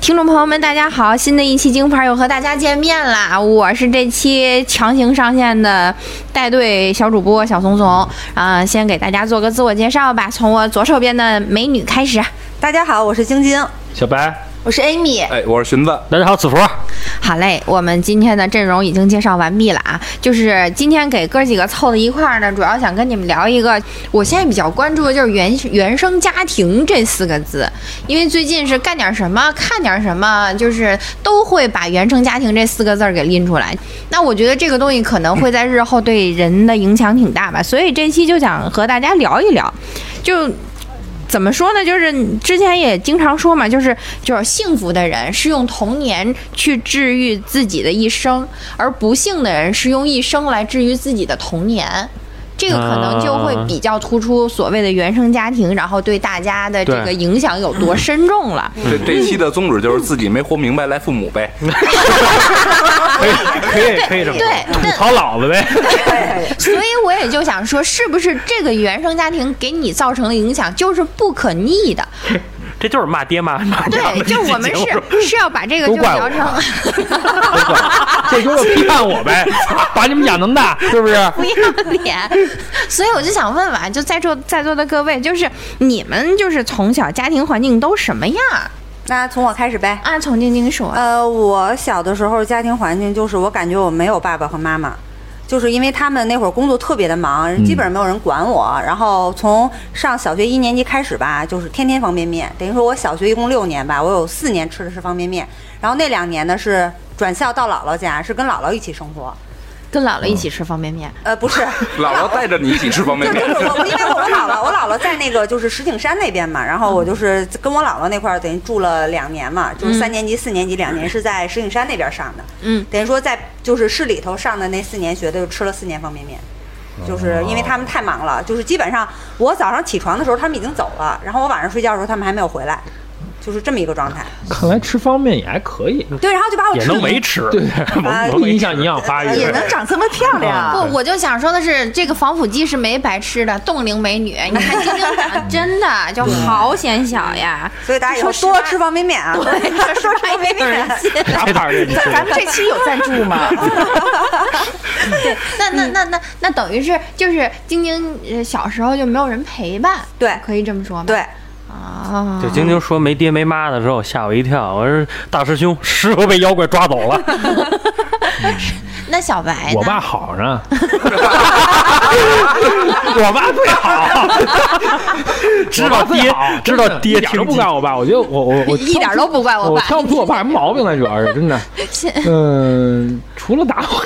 听众朋友们，大家好！新的一期京牌又和大家见面啦，我是这期强行上线的带队小主播小怂怂啊、先给大家做个自我介绍吧，从我左手边的美女开始。大家好，我是晶晶，小白，我是 Amy。哎，我是荀子，大家好，子 福，好嘞，我们今天的阵容已经介绍完毕了啊，就是今天给哥几个凑到一块儿呢，主要想跟你们聊一个，我现在比较关注的就是原原生家庭这四个字，因为最近是干点什么看点什么，就是都会把原生家庭这四个字儿给拎出来。那我觉得这个东西可能会在日后对人的影响挺大吧，所以这期就想和大家聊一聊，就怎么说呢？就是之前也经常说嘛，就是就是幸福的人是用童年去治愈自己的一生，而不幸的人是用一生来治愈自己的童年。这个可能就会比较突出所谓的原生家庭，然后对大家的这对个影响有多深重 了。这这一期的宗旨就是自己没活明白赖父母呗。可以可以可以这么说对吐槽老子呗，所以我也就想说，是不是这个原生家庭给你造成的影响就是不可逆 的？ 这就是骂爹骂骂娘对，的就一期我们节目是是要把这个就都怪聊我 成。 这就是批判我呗，把你们养那么大，是不是？不要脸。所以我就想问啊问，就在座在座的各位，就是你们就是从小家庭环境都什么样？ 那从我开始呗。啊，从晶晶说，呃，我小的时候家庭环境就是，我感觉我没有爸爸和妈妈，就是因为他们那会儿工作特别的忙，基本上没有人管我。然后从上小学一年级开始吧，就是天天方便面，等于说我小学一共六年吧，我有四年吃的是方便面，然后那两年呢是转校到姥姥家，是跟姥姥一起生活。跟姥姥一起吃方便面。呃，不是，姥姥带着你一起吃方便就 面就，是我，因为我姥姥，我姥姥在那个就是石景山那边嘛，然后我就是跟我姥姥那块儿等于住了两年嘛，就是三年级、四年级两年是在石景山那边上的，嗯，等于说在就是市里头上的那四年学的，就吃了四年方便面。就是因为他们太忙了，就是基本上我早上起床的时候他们已经走了，然后我晚上睡觉的时候他们还没有回来，就是这么一个状态。看来吃方便也还可以，对，然后就把我也吃能维持， 对，啊不影响营养发育，也能长这么漂亮。不，我就想说的是，这个防腐剂是没白吃的，冻龄美女。你看晶晶 长真的就好显小呀，所以大家以后说实多话吃方便面啊，多吃方便面。 啥牌儿的？你咱说们这期有赞助吗？ 对，那那那那那等于是就是晶晶呃小时候就没有人陪伴，对可以这么说吗？对，啊，就晶晶说没爹没妈的时候，吓我一跳。我说大师兄，师傅被妖怪抓走了。哎那小白呢，我爸好着， 我爸最 好，知道我爸最爹好真知道的爹一点听都不不怪我爸，我觉得我我我 一点儿都不怪我我爸。挑不出我爸什么毛病来，主要是 真的。嗯，除了打我，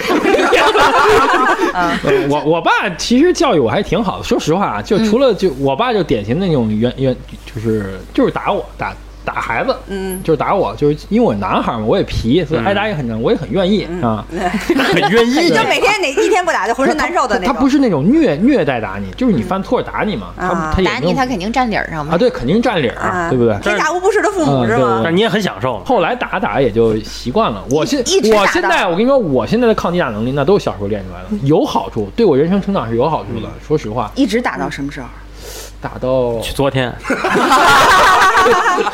啊呃我我爸其实教育我还挺好的。说实话啊，就嗯除了就我爸就典型的那种原原就是就是打我打打孩子，嗯，就是打我，就是因为我男孩嘛，我也皮，所以挨打也很正，我也很愿嗯意啊。很愿意你 就每天哪一天不打就浑身难受的那他种。不是那种虐虐待打你，就是你犯错打你嘛，啊他他也嗯打你，他没肯定占理儿上有嘛。啊，对，肯定占理儿，啊，对不对？天下无不是的父母嗯是对吗？对但你也很享受。后来打打也就习惯了。我现一直打我现在我跟你说，我现在的抗击打能力那都是小时候练出来的，有好处，对我人生成长是有好处的。嗯说实话，一直打到什么时候？打到昨天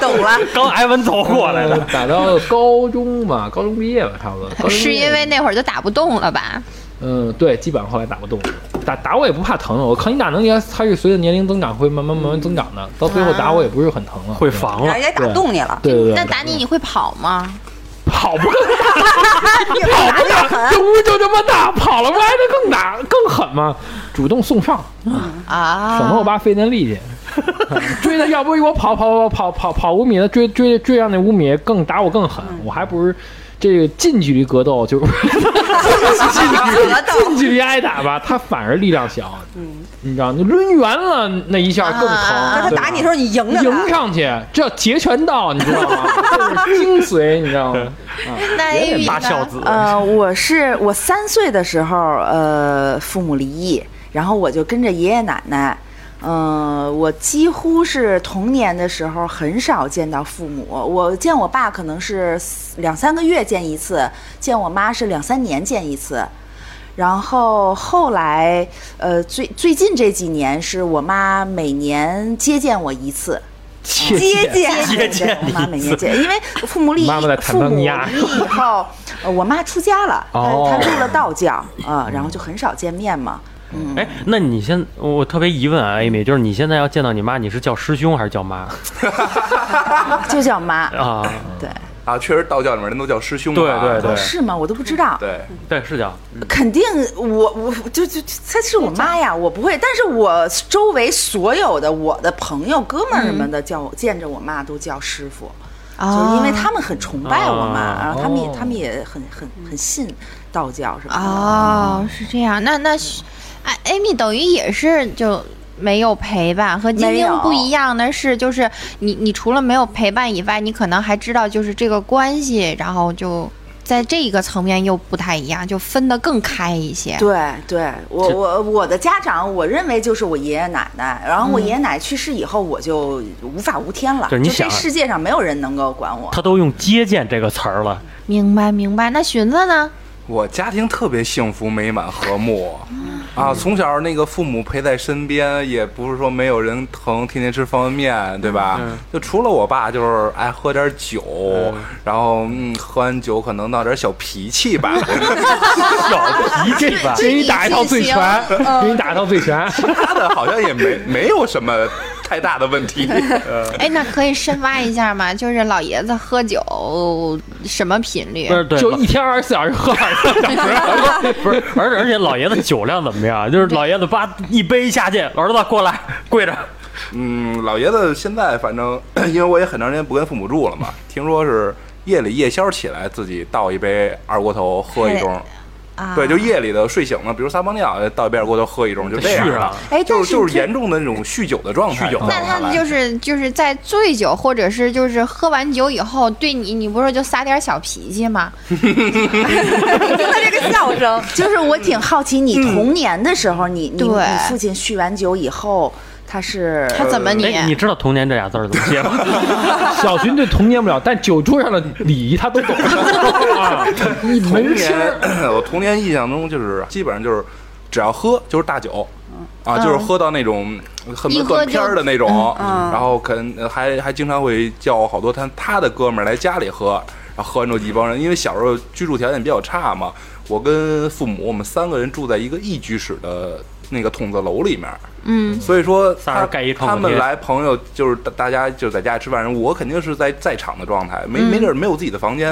懂了， 刚挨完揍过来的，呃打到高中吧，高中毕业吧，差不多。高中毕业是因为那会儿就打不动了吧？嗯，对，基本上后来打不动了，打打我也不怕疼了。我抗击打能力它是随着年龄增长会慢慢慢慢增长的，到最后打我也不是很疼了， 会防然了后。也打动你了。哦对。对对对，啊那打你你会跑吗？跑不更大，跑不大，这屋就这么大，跑了不挨得更大更狠吗？主动送上，啊，省得我爸费那力气。 追他，要不我跑跑跑跑跑跑五米，他追追追上那五米更打我更狠，嗯我还不如这个近距离格斗，就是 近距离挨打吧，他反而力量小，嗯你知道，你抡圆了那一下更啊疼。他对打吧你的时候，你赢着迎他，上去，这叫截拳道，你知道吗？这是精髓，你知 道吗？那也得 A 大孝呢？子，呃，我是我三岁的时候，呃，父母离异，然后我就跟着爷爷奶奶。嗯、我几乎是童年的时候很少见到父母，我见我爸可能是两三个月见一次，见我妈是两三年见一次。然后后来，呃，最最近这几年是我妈每年接见我一次，切接见接见我妈的每意年思。见， 因为父母离妈妈在坦父桑母尼离亚以后，呃我妈出家了，她哦她入了道教啊，然后就很少见面嘛。哎，那你现我特别疑问啊，Amy，就是你现在要见到你妈，你是叫师兄还是叫妈嗯就叫妈，啊？对， 啊，确实道教里面人都叫师兄啊。对对对是吗？我都不知道，对对，是叫。肯定我我就就她是我妈嗯呀，我不会，但是我周围所有的我的朋友哥们儿什么的叫我见着我妈都叫师傅，就是因为他们很崇拜我啊妈，然后他们也哦他们也很很很信道教什么的。哦，是这样。那那是，哎，Amy 等于也是就没有陪伴，和晶没晶有不一样的是，就是你你除了没有陪伴以外，你可能还知道就是这个关系，然后就在这个层面又不太一样，就分得更开一些。对对，我这我我的家长，我认为就是我爷爷奶奶。然后我爷爷奶奶去世以后，我就无法无天了。就是你这想啊世界上没有人能够管我。他都用“接见”这个词儿 了，明白明白。那寻子呢？我家庭特别幸福、美满、和睦啊！从小那个父母陪在身边，也不是说没有人疼，天天吃方便面，对吧？嗯就除了我爸，就是爱喝点酒，然后嗯，喝完酒可能闹点小脾气吧。 小脾气吧，给你打一套醉拳，嗯给你打一套醉拳。他的好像也没没有什么太大的问题。哎，那可以深挖一下吗？ 就是老爷子喝酒什么频率 不？是对，就一天二十四小时喝二十四小时， 不是，而而且老爷子酒量怎么样？就是老爷子叭一杯下去，儿子过来跪着，嗯，老爷子现在反正 因为我也很长时间不跟父母住 了嘛，听说是夜里夜宵起来自己倒一杯二锅头喝一盅。啊对，就夜里的睡醒了，比如撒泡尿，呃倒一杯二锅头喝一盅，就这样续上。哎就但是是就是这严重的那种酗酒的状态。酗酒在我那他看们来就是就是在醉酒，或者是就是喝完酒以后，对你，你不是就撒点小脾气 吗？听到这个笑声， 就是我挺好奇，你童年的时候，你你对你父亲酗完酒以后，他是他怎呃么你？哎，你知道“童年”这俩字儿怎么 写吗？ 小群对童年不了，但酒桌上的礼仪他都懂 啊。你童门年生， 我童年印象中就是基本上就是只要喝就是大酒。啊，就是喝到那种恨不一得喝断片儿的那种，嗯然后可能还还经常会叫好多他他的哥们儿来家里喝，然后喝完之后一帮人，因为小时候居住条件比较差嘛，我跟父母我们三个人住在一个一居室的那个筒子楼里面，嗯，所以说仨他人盖一窗户他们贴来朋友就是大大家就在家里吃饭，我肯定是在在场的状态，没嗯没地儿没有自己的房间，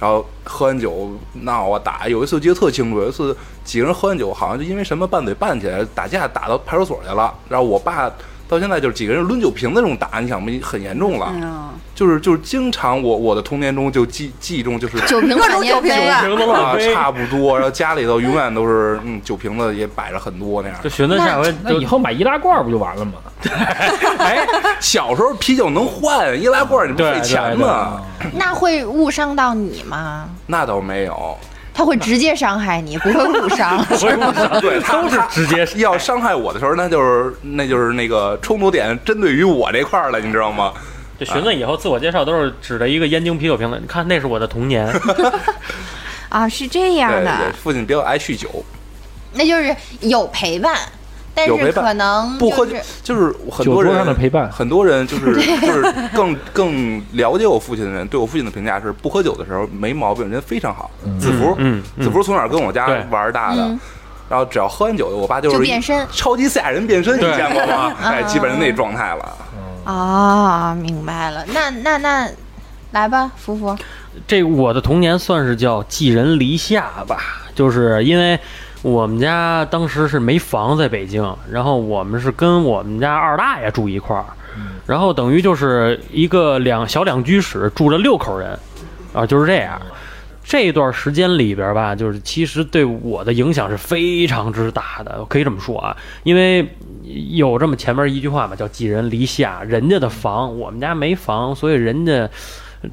然后喝完酒闹啊打，有一次记得特清楚，有一次几个人喝完酒，好像就因为什么拌嘴拌起来，打架打到派出所去了，然后我爸。到现在就是几个人抡酒瓶子这种打，你想没很严重了，哎嗯呀，就是就是经常我我的童年中就记记忆中就是酒瓶各满种天酒瓶飞子。瓶子啊乱飞。差不多，然后家里头永远都是嗯酒瓶子也摆着很多那样就。寻思下回那以就后买易拉罐不就完了吗？ 哎，小时候啤酒能换易拉罐，你不对费钱吗？那会误伤到你吗？那倒没有，他会直接伤害你，不会误伤。不是不对，他啊都是直接他要伤害我的时候，那就是那就是那个冲突点针对于我这块儿了，你知道吗？就寻思以后自我介绍都是指着一个燕京啤酒瓶子，你看那是我的童年。 啊，是这对样对对的，，父亲比较爱酗酒，那就是有陪伴，但有陪是伴可能不喝就是就是很多酒桌人上的陪伴很多人就是 就是更更了解我父亲的人，对我父亲的评价是不喝酒的时候没毛病，人非常好。子福，嗯嗯子福从小跟我家对玩儿大的嗯。然后只要喝完酒，我爸就是就变身超级赛亚人变身，你对见过吗？哎，基本上那状态了。啊，明白了。那那那，来吧，福福，这我的童年算是叫寄人篱下吧，就是因为我们家当时是没房在北京，然后我们是跟我们家二大爷住一块儿，然后等于就是一个两小两居室住着六口人，啊，就是这样。这段时间里边吧，就是其实对我的影响是非常之大的，我可以这么说啊，因为有这么前面一句话嘛，叫寄人篱下，人家的房，我们家没房，所以人家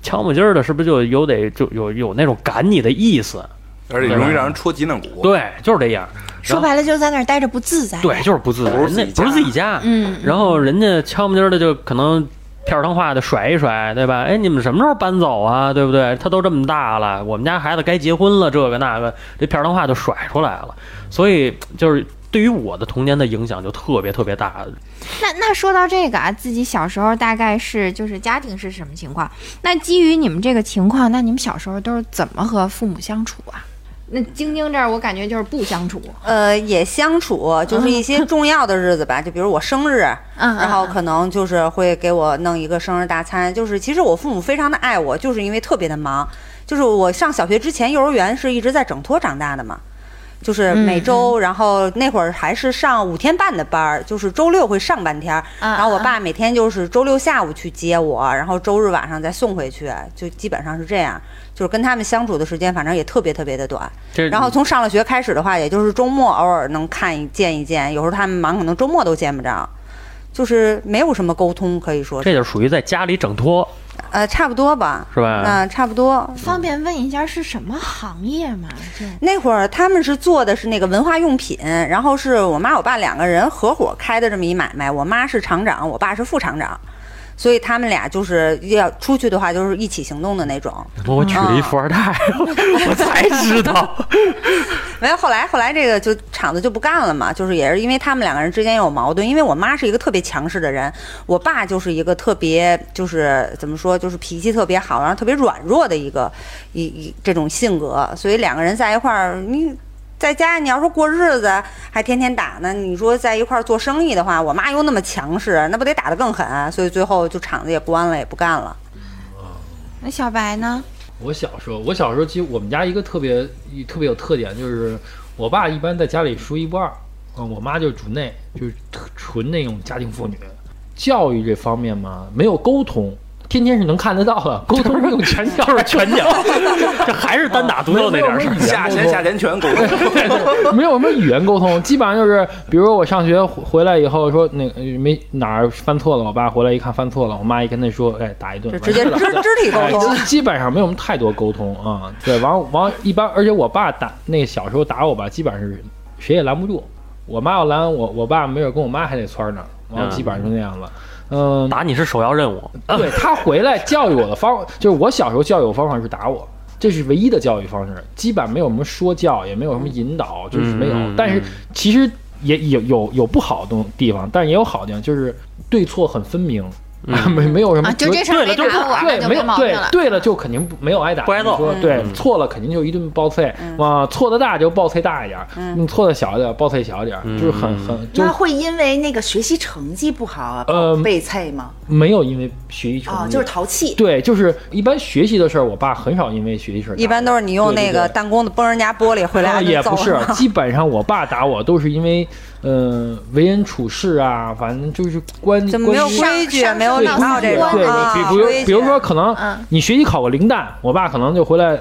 敲木筋儿的，是不是就有得就有有那种赶你的意思？而且容易让人戳脊梁骨。对，就是这样。说白了就是在那儿待着不自在。对，就是不自在，不是自己人家不是家自己家。嗯嗯然后人家敲木筋儿的就可能片儿汤话的甩一甩，对吧？哎，你们什么时候搬走啊？对不对？他都这么大了，我们家孩子该结婚了，这个那个，这片儿汤话就甩出来了。所以就是对于我的童年的影响就特别特别大。那那说到这个啊，自己小时候大概是就是家庭是什么情况？那基于你们这个情况，那你们小时候都是怎么和父母相处啊？那晶晶这儿，我感觉就是不相处。呃，也相处，就是一些重要的日子吧，就比如我生日，嗯，然后嗯可能就是会给我弄一个生日大餐。就是其实我父母非常的爱我，就是因为特别的忙。就是我上小学之前，幼儿园是一直在整托长大的嘛，嗯就是每周，然后那会儿还是上五天半的班儿，就是周六会上半天儿。嗯然后我爸每天就是周六下午去接我，然后周日晚上再送回去，就基本上是这样。就是跟他们相处的时间，反正也特别特别的短。这然后从上了学开始的话，也就是周末偶尔能看一见一见，有时候他们忙，可能周末都见不着，就是没有什么沟通，可以说这就属于在家里整托呃差不多吧，是吧？嗯、差不多。方便问一下是什么行业吗？这那会儿他们是做的是那个文化用品，然后是我妈我爸两个人合伙开的这么一买卖，我妈是厂长，我爸是副厂长，所以他们俩就是要出去的话，就是一起行动的那种。我娶嗯了一富二代， 我才知道。没有，后来后来这个就厂子就不干了嘛，就是也是因为他们两个人之间有矛盾，因为我妈是一个特别强势的人，我爸就是一个特别就是怎么说，就是脾气特别好，然后特别软弱的一个一一这种性格，所以两个人在一块儿你。在家，你要说过日子还天天打呢，你说在一块儿做生意的话，我妈又那么强势，那不得打得更狠、啊所以最后就厂子也关了，也不干了。那小白呢？我小时候，我小时候其实我们家一个特别一特别有特点，就是我爸一般在家里说一不二，嗯，我妈就是主内，就是特纯那种家庭妇女。教育这方面嘛，没有沟通，天天是能看得到的，沟通是用拳脚，就是拳脚，这还是单打独斗那点事儿。下钱下钱全给我。没有什么语言沟通，基本上就是，比如说我上学回回来以后说那个呃没哪儿犯错了，我爸回来一看犯错了，我妈一跟他说，哎，打一顿就，直接完事儿了肢肢体沟哎通，基基本上没有什么太多沟通啊。对，完完一般，而且我爸打那个小时候打我吧，基本上是谁也拦不住。我妈要拦我，我爸没准跟我妈还得窜呢，然后基本上就那样子。嗯，打你是首要任务， 对他回来教育我的方，就是我小时候教育我方法是打我，这是唯一的教育方式，基本没有什么说教，也没有什么引导，就是没有。嗯嗯但是其实也有有有不好的东地方，但是也有好地方，就是对错很分明，嗯 没没有什么啊，就隔这事儿对了没就打不我，那对，就没没有毛病对了。对了，就肯定不没有挨打，不挨揍你说嗯对嗯错了，肯定就一顿报废。嗯哇，错的大就报废大一点儿，嗯你错的小一点儿报废小一点儿，就是很很嗯就那会因为那个学习成绩不好啊呃被菜吗？没有因为学习成哦啊，绩就是淘气。对，就是一般学习的事儿，我爸很少因为学习事儿打我，一般都是你用对对那个对弹弓子崩人家玻璃回来啊还也能不揍是人，基本上我爸打我都是因为，呃，为人处事啊，反正就是关就关没有于规矩啊上，没有礼上貌这种上啊。对，比比如比如说，可能嗯你学习考个零蛋，我爸可能就回来，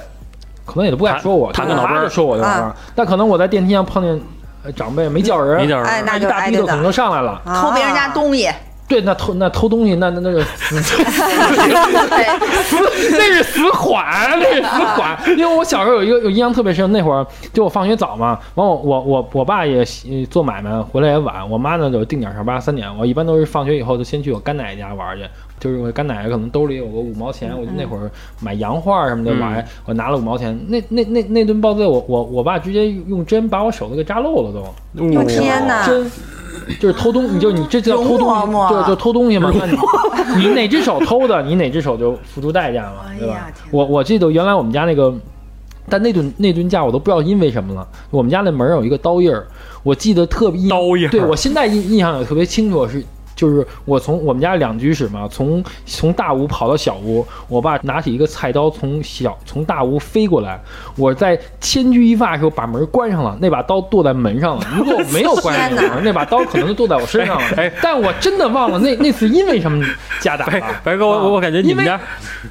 可能也都不敢说我，弹就弹个我脑门妈儿就说我就完啊了。但可能我在电梯上碰见呃长辈没叫人，你点哎，儿那一就大挨逼着斗可能打就上来了。偷别人啊家东西，对，那偷那偷东西，那那那就 死死死，那是死款，那是死款。啊因为我小时候有一个有印象特别深，那会儿就我放学早嘛，完我我我我爸也呃做买卖，回来也晚，我妈呢就定点上班，三点。我一般都是放学以后就先去我干奶奶家玩儿去，就是我干奶奶可能兜里有个五毛钱，我就那会儿买洋画什么的玩儿，我拿了五毛钱，那那那那顿暴揍，我我我爸直接用针把我手都给扎漏了都。我天哪！真就是偷东，你就你这叫偷东容嬷嬷西，对，就偷东西嘛。那 你你哪只手偷的，你哪只手就付出代价嘛，对哎呀吧天？我我记得原来我们家那个，但那顿那顿架我都不知道因为什么了。我们家那门儿有一个刀印儿，我记得特别印刀印儿对我现在印印象也特别清楚是。就是我从我们家两居室嘛，从从大屋跑到小屋，我爸拿起一个菜刀从小从大屋飞过来，我在千钧一发的时候把门关上了，那把刀剁在门 上了。如果我没有关上那天门，那把刀可能就剁在我身上了。但我真的忘了那那次因为什么 架打哎白了。白哥，我我感觉你们啊因为家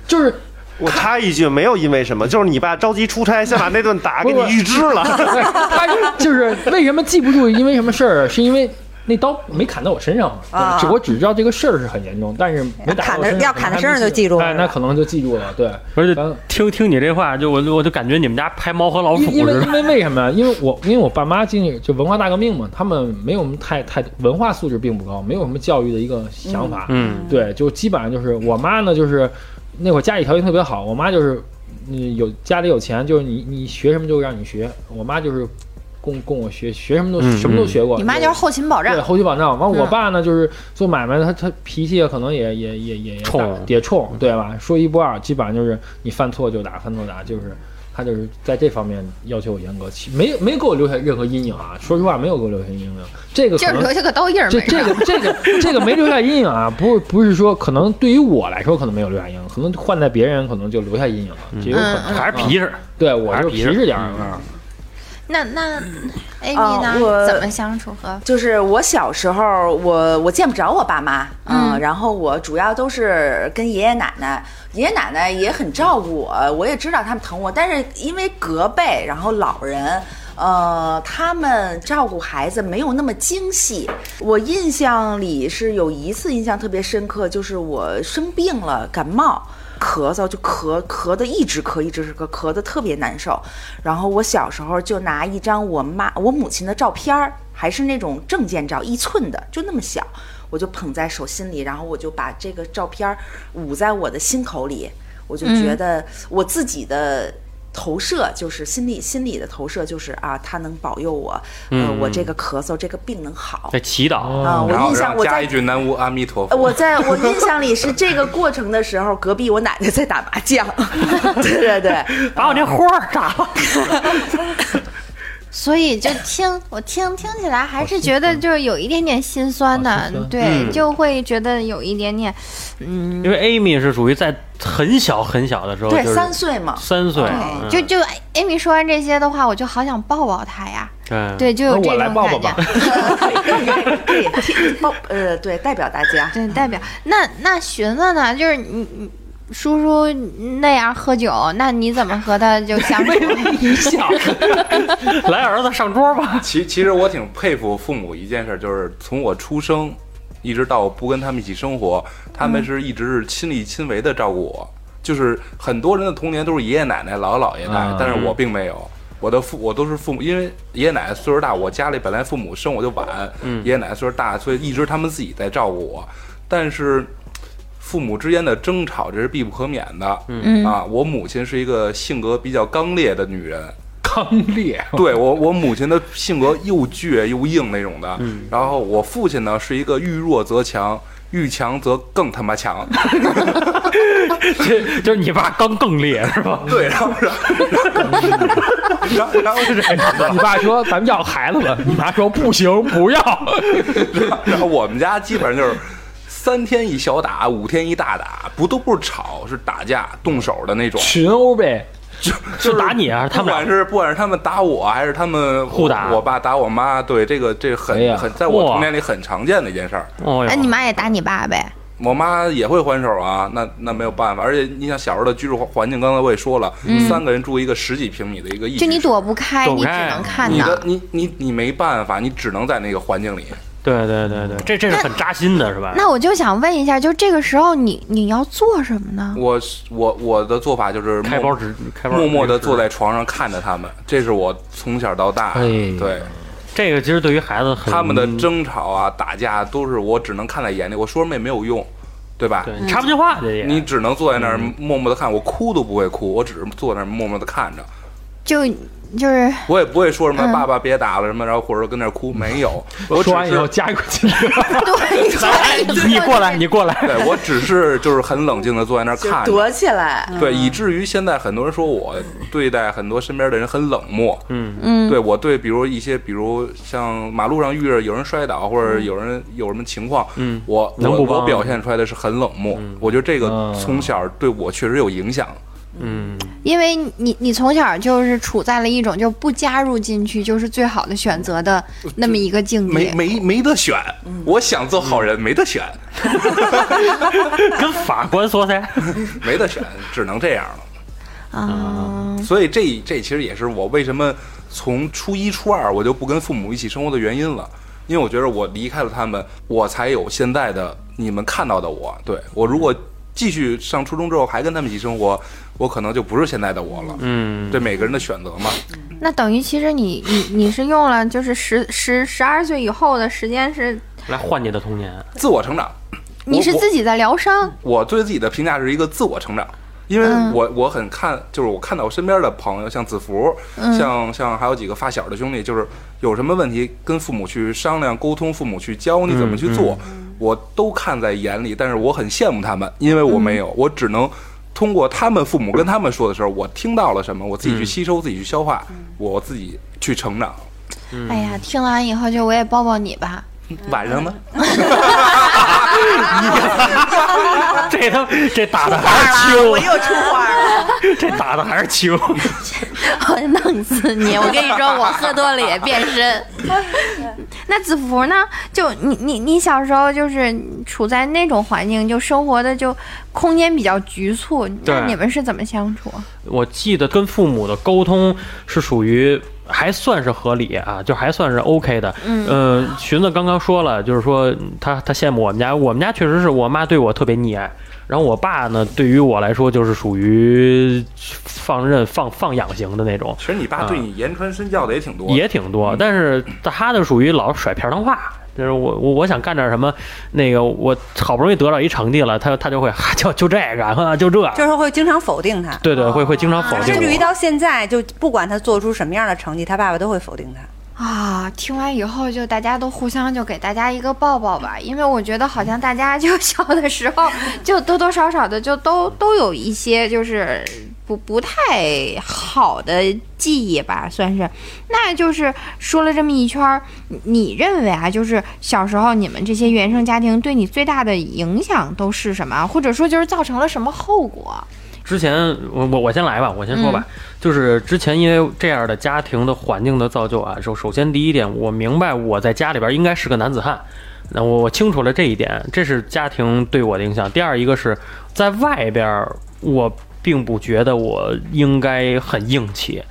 就是我插一句，没有因为什么，就是你爸着急出差，先把那顿打给不你不预支了。对哎他就是为什么记不住，因为什么事儿，是因为那刀没砍到我身上嘛。啊只我只知道这个事儿是很严重，但是没打到我身上要砍的要砍的身上就记住了哎，那可能就记住了。对，不是咱听听你这话，就我我就感觉你们家拍猫和老虎因因为似因的。为为什么呀？因为我因为我爸妈经历就文化大革命嘛，他们没有什么太太文化素质并不高，没有什么教育的一个想法。嗯，对，就基本上就是我妈呢，就是那会儿家里条件特别好，我妈就是嗯有家里有钱，就是你你学什么就让你学，我妈就是供供我学学什么都什么都学过。你妈就是后勤保障对，，后期保障。完，我嗯爸呢，就是做买卖的，他他脾气可能也也也也也大冲嗯也冲，对吧？说一不二，基本上就是你犯错就打，犯错打，就是他就是在这方面要求我严格，其没没给我留下任何阴影啊。说实话，没有给我留下阴影，这个就可是能留下个刀印儿这没事这儿。个这个 这个没留下阴影啊，不是不是说可能对于我来说可能没有留下阴影，可能换在别人可能就留下阴影了，这有可嗯能。还是皮实，对我嗯还嗯就是皮皮实实点儿啊，那 那 a 哦你呢？我怎么相处和？就是我小时候，我我见不着我爸妈，嗯，然后我主要都是跟爷爷奶奶，爷爷奶奶也很照顾我，我也知道他们疼我，但是因为隔辈，然后老人。呃，他们照顾孩子没有那么精细。我印象里是有一次印象特别深刻，就是我生病了，感冒，咳嗽就咳咳的一直咳一直咳，咳的特别难受。然后我小时候就拿一张我妈我母亲的照片儿，还是那种证件照，一寸的，就那么小，我就捧在手心里，然后我就把这个照片儿捂在我的心口里，我就觉嗯得我自己的。投射就是心理心理的投射，就是啊，他能保佑我，呃，我这个咳嗽这个病能好在祈祷。哦啊、我嗯哎然后印然象后我加在一句南无阿弥陀佛，呃我在我印象里是这个过程的时候，隔壁我奶奶在打麻将，对对对，把我这花儿炸了！所以就听我听听起来还是觉得就是有一点点心酸好的啊心，酸对，嗯就会觉得有一点点，嗯，因为 Amy 是属于在很小很小的时候，对就是三岁嘛，三岁，嗯对，就就 Amy 说完这些的话，我就好想抱抱她呀，对对，就有那这我种来感抱抱觉吧。。对，替包呃，对，代表大家。对，代表那那寻思呢，就是你你叔叔那样喝酒，那你怎么和他就相处？一笑，来儿子上桌吧。 其其实我挺佩服父母一件事，就是从我出生一直到我不跟他们一起生活，他们是一直是亲力亲为的照顾我。就是很多人的童年都是爷爷奶奶、姥姥姥爷带啊，但是我并没有。我的父我都是父母，因为爷爷奶奶岁数大，我家里本来父母生我就晚，爷爷奶奶岁数大，所以一直他们自己在照顾我。但是父母之间的争吵这是必不可免的。嗯啊，我母亲是一个性格比较刚烈的女人，刚烈，对我，我母亲的性格又倔又硬那种的，然后我父亲呢是一个遇弱则强，遇强则更他妈强。这 就是你爸刚更烈是吧？对，然后然后然后然后是这样 你爸说咱们要孩子了，你妈说不行不要， 然后我们家基本上就是三天一小打，五天一大打，不都不是吵，是打架动手的那种。群殴呗。是打你啊？他不们管俩是不管是他们打我，还是他们互打我我爸打我妈，对这个这很、哎呀很，在我哇童年里很常见的一件事儿。哦哎，哟你妈也打你爸呗？我妈也会还手啊，那那没有办法。而且你想小时候的居住环境，刚才我也说了，三个人住一个十几平米的一个一居嗯室，就你躲不开，躲不你只开能看你到的。你你你没办法，你只能在那个环境里。对对对对，这这是很扎心的是吧？那我就想问一下，就这个时候你你要做什么呢？我是我我的做法就是开包默纸，开包纸默默的坐在床上看着他们，这是我从小到大、哎呀对这个，其实对于孩子很他们的争吵啊、打架都是我只能看在眼里，我说什么也没有用，对吧？对你插不进话去也你只能坐在那儿默默的看，我哭都不会哭，我只是坐在那儿默默的看着。就就是我也不会说什么“爸爸别打了”什么，然后或者说跟那儿哭，没有，我只说完以后是加一块进去，对， 你过来，你过来，对我只是就是很冷静的坐在那儿就看着，躲起来，对，以至于现在很多人说我对待很多身边的人很冷漠，嗯，嗯，对我对比如一些比如像马路上遇着有人摔倒或者有人有什么情况，嗯我能我不帮我表现出来的是很冷漠，我觉得这个嗯从小对我确实有影响，嗯，因为你你从小就是处在了一种就不加入进去就是最好的选择的那么一个境没地。没没得选，我想做好人没得选，跟法官说噻，没得选，只能这样了。啊，所以这这其实也是我为什么从初一初二我就不跟父母一起生活的原因了，因为我觉得我离开了他们，我才有现在的你们看到的我。对我如果继续上初中之后还跟他们一起生活，我可能就不是现在的我了。嗯，对每个人的选择嘛，那等于其实你你你是用了就是十十十二岁以后的时间是，来换你的啊童年，自我成长。你是我自己在疗伤，我我对自己的评价是一个自我成长，因为嗯我我很看，就是我看到我身边的朋友，像子福，像像还有几个发小的兄弟，就是有什么问题跟父母去商量沟通，父母去教你怎么去做，我都看在眼里。但是我很羡慕他们，因为我没有，我只能。通过他们父母跟他们说的时候，我听到了什么，我自己去吸收，自己去消化，我自己去成长。嗯哎呀，听完以后就我也抱抱你 吧。晚上呢？这他这打的还是秋我，又出花了。这打的还是秋。我弄死你！我跟你说，我喝多了也变身。 那子福呢？就你你你小时候就是处在那种环境，就生活的就空间比较局促，那对你们是怎么相处？啊我记得跟父母的沟通是属于还算是合理啊，就还算是 OK 的。嗯呃，寻子刚刚说了，就是说嗯他他羡慕我们家，我们家确实是我妈对我特别溺爱，然后我爸呢，对于我来说就是属于放任放放养型的那种。其实你爸对你言传身教的也挺多的，也挺多，但是他的属于老甩片儿汤话。就是我我我想干点什么，那个我好不容易得到一成绩了，他他就会哈就就这个啊就这，就是啊会经常否定他，对对会会经常否定甚至于我。到现在，就不管他做出什么样的成绩，他爸爸都会否定他。啊，听完以后就大家都互相就给大家一个抱抱吧，因为我觉得好像大家就小的时候就多多少少的就都都有一些就是不不太好的记忆吧，算是。那就是说了这么一圈儿，你你认为啊，就是小时候你们这些原生家庭对你最大的影响都是什么，或者说就是造成了什么后果？之前我我我先来吧，我先说吧，就是之前因为这样的家庭的环境的造就啊，首首先第一点，我明白我在家里边应该是个男子汉，那我我清楚了这一点，这是家庭对我的影响。第二一个是在外边儿，我并不觉得我应该很硬气。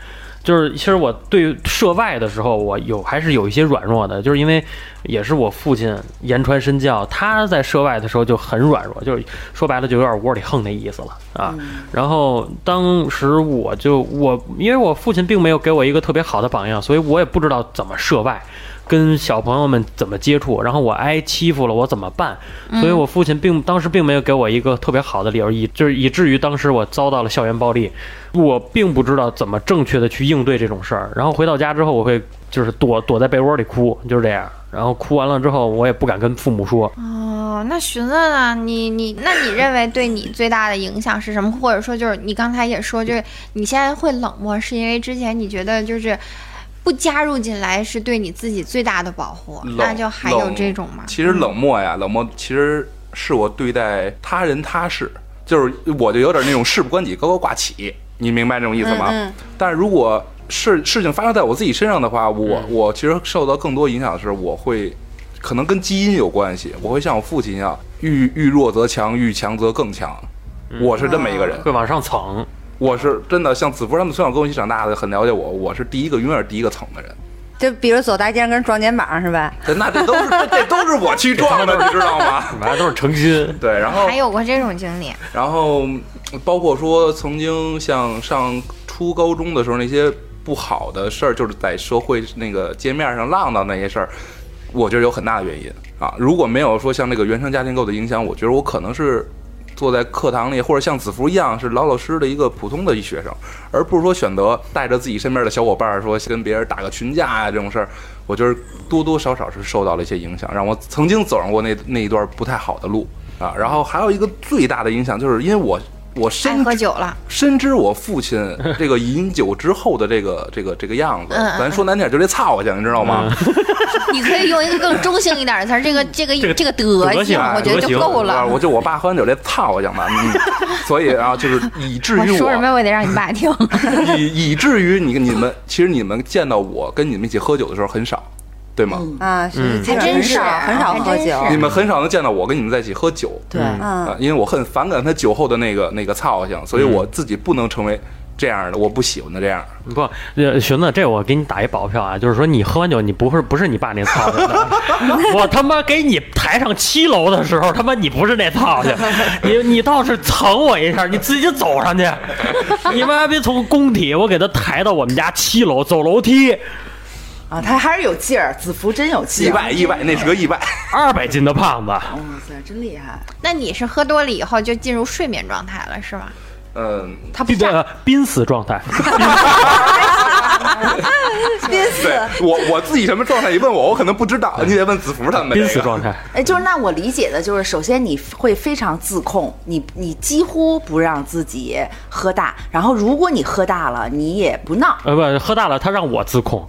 就是其实我对涉外的时候，我有还是有一些软弱的，就是因为也是我父亲言传身教，他在涉外的时候就很软弱，就是说白了就有点窝里横那意思了嗯啊。然后当时我就我因为我父亲并没有给我一个特别好的榜样，所以我也不知道怎么涉外。跟小朋友们怎么接触，然后我挨欺负了，我怎么办？嗯所以我父亲并当时并没有给我一个特别好的理由，以就是以至于当时我遭到了校园暴力，我并不知道怎么正确的去应对这种事儿。然后回到家之后，我会就是躲躲在被窝里哭，就是这样。然后哭完了之后，我也不敢跟父母说。哦，那询问啊，你你那你认为对你最大的影响是什么？或者说就是你刚才也说，就是你现在会冷漠，是因为之前你觉得就是不加入进来是对你自己最大的保护，冷那就还有冷这种吗？其实冷漠呀，冷漠其实是我对待他人他事，就是我就有点那种事不关己高高挂起，你明白这种意思吗？嗯嗯但是如果事事情发生在我自己身上的话，我、嗯我其实受到更多影响的是，我会可能跟基因有关系，我会像我父亲一样，遇遇弱则强，遇强则更强。我是这么一个人，会往上蹭，我是真的像子福他们从小跟我一起长大的，很了解我，我是第一个永远是第一个蹭的人。就比如走大街上跟人撞肩膀是吧？那这都是这这都是我去撞的，你知道吗？反正都是诚心。对，然后还有过这种经历？然后嗯包括说曾经像上初高中的时候那些不好的事儿，就是在社会那个街面上浪荡那些事儿，我觉得有很大的原因啊。如果没有说像这个原生家庭给我的影响，我觉得我可能是。坐在课堂里，或者像子福一样是老老实实的一个普通的一学生，而不是说选择带着自己身边的小伙伴儿说跟别人打个群架啊这种事儿，我觉得多多少少是受到了一些影响，让我曾经走上过那那一段不太好的路啊。然后还有一个最大的影响，就是因为我我爱深哎喝知酒了，深知我父亲这个饮酒之后的这个这个这个样子，嗯嗯咱说难听点就这操性，你知道吗？你可以用一个更中性一点的词儿，这个这个这个这个德德性行，我觉得德就行够啊了。我就我爸喝完酒这操性嘛，嗯所以啊，就是以至我于说什么我也得让你爸听。以以 至于你你们其实你们见到我跟你们一起喝酒的时候很少，对吗？嗯啊，嗯是，基本还上真很是啊少很少还喝真酒。是你们很少能见到我跟你们在一起喝酒，对，啊嗯，，因为我很反感他酒后的那个那个操性，所以我自己不能成为这样的，我不喜欢的这样。不，呃，寻子，这我给你打一保票啊，就是说你喝完酒，你不是不是你爸那操性的， 我他妈给你抬上七楼的时候，他妈你不是那操性，你你倒是蹭我一下，你自己走上去，你妈逼从工体我给他抬到我们家七楼，走楼梯啊，他还是有劲儿，子服真有意劲儿。外，意外，那是个意外。 二百斤的胖子，哇塞，真厉害！那你是喝多了以后就进入睡眠状态了，是吗？嗯，他不这炸，个呃濒死状态，憋死对。我我自己什么状态，一问我，我可能不知道，你得问子福他们。濒死状态。哎，就是那我理解的就是，首先你会非常自控，你你几乎不让自己喝大，然后如果你喝大了，你也不闹。呃，不，喝大了，他让我自控。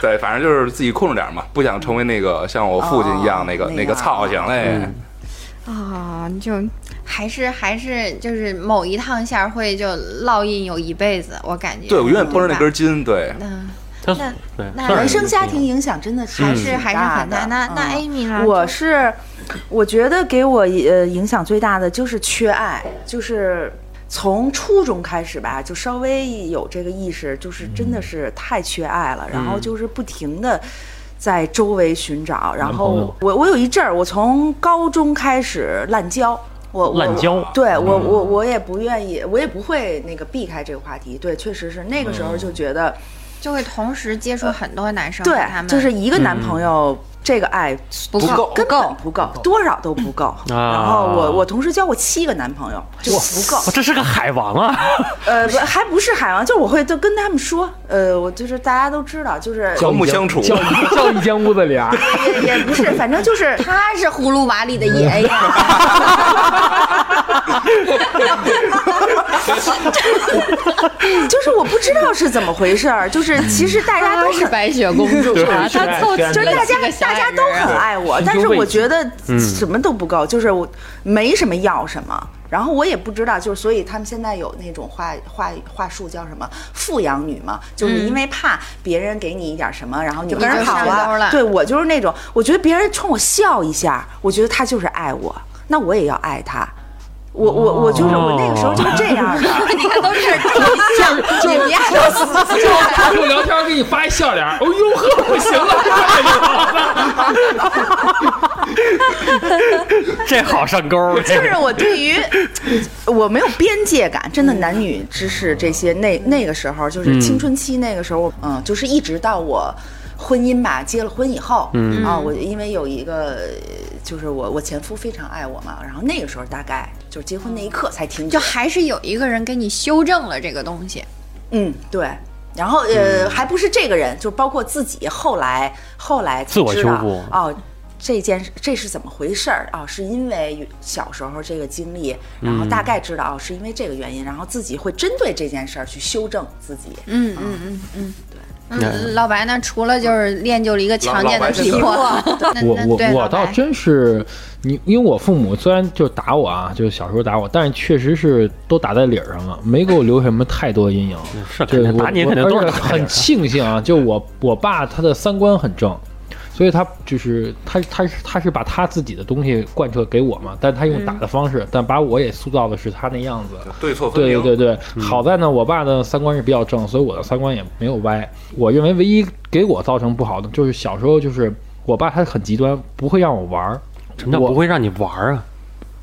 对，反正就是自己控制点嘛，不想成为那个像我父亲一样哦那个那那个样操性哎。嗯啊，就还是还是就是某一趟线儿会就烙印有一辈子，我感觉。对，我永远绷着那根对吧。筋。对，嗯，他那对那他原原生家庭嗯影响真的是还是还是很大。大的那那嗯 Amy 呢？我是，我觉得给我呃影响最大的就是缺爱，就是从初中开始吧，就稍微有这个意识，嗯就是真的是太缺爱了，然后就是不停的。在周围寻找，然男朋后友我我有一阵儿，我从高中开始滥交，我我滥交嗯对我我我也不愿意，我也不会那个避开这个话题。对，确实是那个时候就嗯觉得，就会同时接触很多男生，对他，们就是一个男朋友，这个爱不不够够根本不够，多少都不够。然后我我同时交过七个男朋友，就不够。哦哇这是个海王啊！呃，不还不是海王，就是我会都跟他们说，呃，我就是大家都知道，就是和睦相处。叫 叫一间屋子里啊，也也不是，反 正就是他是葫芦娃里的爷爷，就是我不知道是怎么回事儿，就是其实 大家他都啊是很。白雪公主啊，是他凑齐了就是大家七个小大矮家人啊都很爱我，但是我觉得嗯什么都不够，就是我没什么要什么，然后我也不知道，就是所以他们现在有那种话话话术叫什么富养女嘛，就是因为怕别人给你一点什么，然后你嗯就跟人就跑觉得了啊对我就是那种，我觉得别人冲我笑一下，我觉得他就是爱我，那我也要爱他。我我我就是我那个时候就是这样的，你看都 是 就就你别 他跟我聊天给你发一笑脸，哦呦呵，不行了，太好了，这好上钩，就这 是啊我对于我没有边界感，真的男女之事这些，那那个时候就是青春期那个时候，嗯，就是一直到我。婚姻吧，结了婚以后，嗯啊，我因为有一个，就是我我前夫非常爱我嘛，然后那个时候大概就是结婚那一刻才停止 就，还是有一个人给你修正了这个东西。嗯，对，然后嗯呃，还不是这个人，就包括自己后来后来才自我知修道复哦。这件事这是怎么回事儿啊、哦？是因为小时候这个经历，然嗯后大概知道、哦，是因为这个原因，然后自己会针对这件事儿去修正自己。嗯嗯嗯嗯，嗯，老白呢，除了就是练就了一个强健的体魄， 那我那我对我老倒白真是，你因为我父母虽然就打我啊，就是小时候打我，但是确实是都打在理儿上了，没给我留什么太多阴影。是啊肯对，定我打你我肯定都而是且打你很庆幸啊，就我我爸他的三观很正。所以他就是他，他是他是把他自己的东西贯彻给我嘛，但他用打的方式，但把我也塑造的是他那样子。对错分对明。对对对，嗯好在呢，我爸的三观是比较正，所以我的三观也没有歪。我认为唯一给我造成不好的就是小时候就是我爸他很极端，不会让我玩儿，什么叫我不会让你玩儿啊？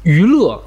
娱乐。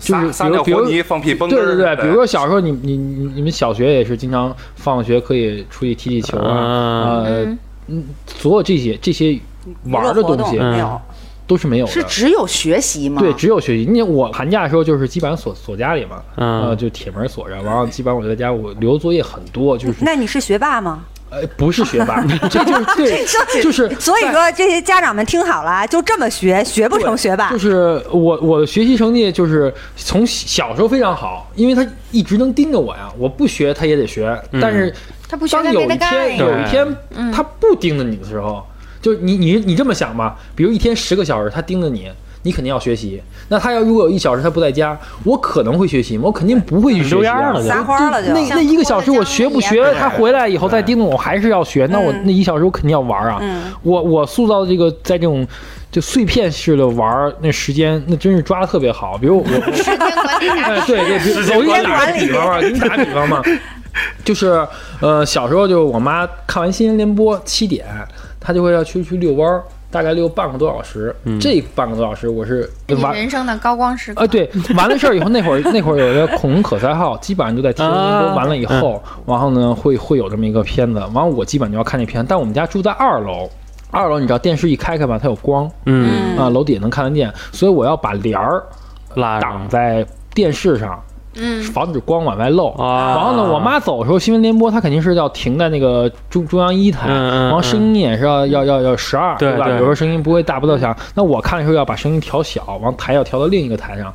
撒就是撒比如尿比如和泥，放屁崩根对对儿。哎对，比如说小时候你你你你们小学也是经常放学可以出去踢踢球啊，嗯呃，嗯，所有这些这些玩儿的东西娱乐活嗯动没有，都是没有的，是只有学习吗？对，只有学习。你我寒假的时候就是基本上锁锁家里嘛，嗯呃，就铁门锁着，然后基本上我在家我留作业很多，就是那你是学霸吗？呃不是 学霸，这就是对，就是所以说这些家长们听好了啊，就这么学，学不成学霸就。是我我的学习成绩就是从小时候非常好，因为他一直能盯着我呀，我不学他也得学，嗯但是他不学当他有没一得干呀。天嗯有一天他不盯着你的时候，就你你你这么想吧，比如一天十个小时他盯着你。你肯定要学习，那他要如果有一小时他不在家，我可能会学习吗？我肯定不会去学习、啊。溜烟儿了就撒欢儿了就那那一个小时我学不学，他回来以后再盯着我，还是要学。那我那一小时我肯定要玩啊！我我塑造这个在这种就碎片式的玩儿，那时间那真是抓的特别好。比如我，我时间管理大哎师对对，比如我给你打个比方吧，啊给你打个比方吧，就是呃小时候就是我妈看完新闻联播七点，她就会要去去遛弯儿，大概遛半个多小时。这半个多小时我是是哎你玩人生的高光 时刻啊，。对，完了事儿以后，那会儿那会儿有一个恐龙可赛号，基本上就在天津播完了以后，然后呢会会有这么一个片子，完了我基本上就要看这片，但我们家住在二楼。二楼你知道电视一开开吧，它有光，嗯，啊、楼底也能看得见，所以我要把帘儿拉挡上在电视上，嗯防止光往外漏。啊，然后呢，我妈走的时候，新闻联播它肯定是要停在那个中中央一台，嗯嗯嗯然后声音也是要要要要十二，对吧？对有时候声音不会大不到响。那我看的时候要把声音调小，往台要调到另一个台上。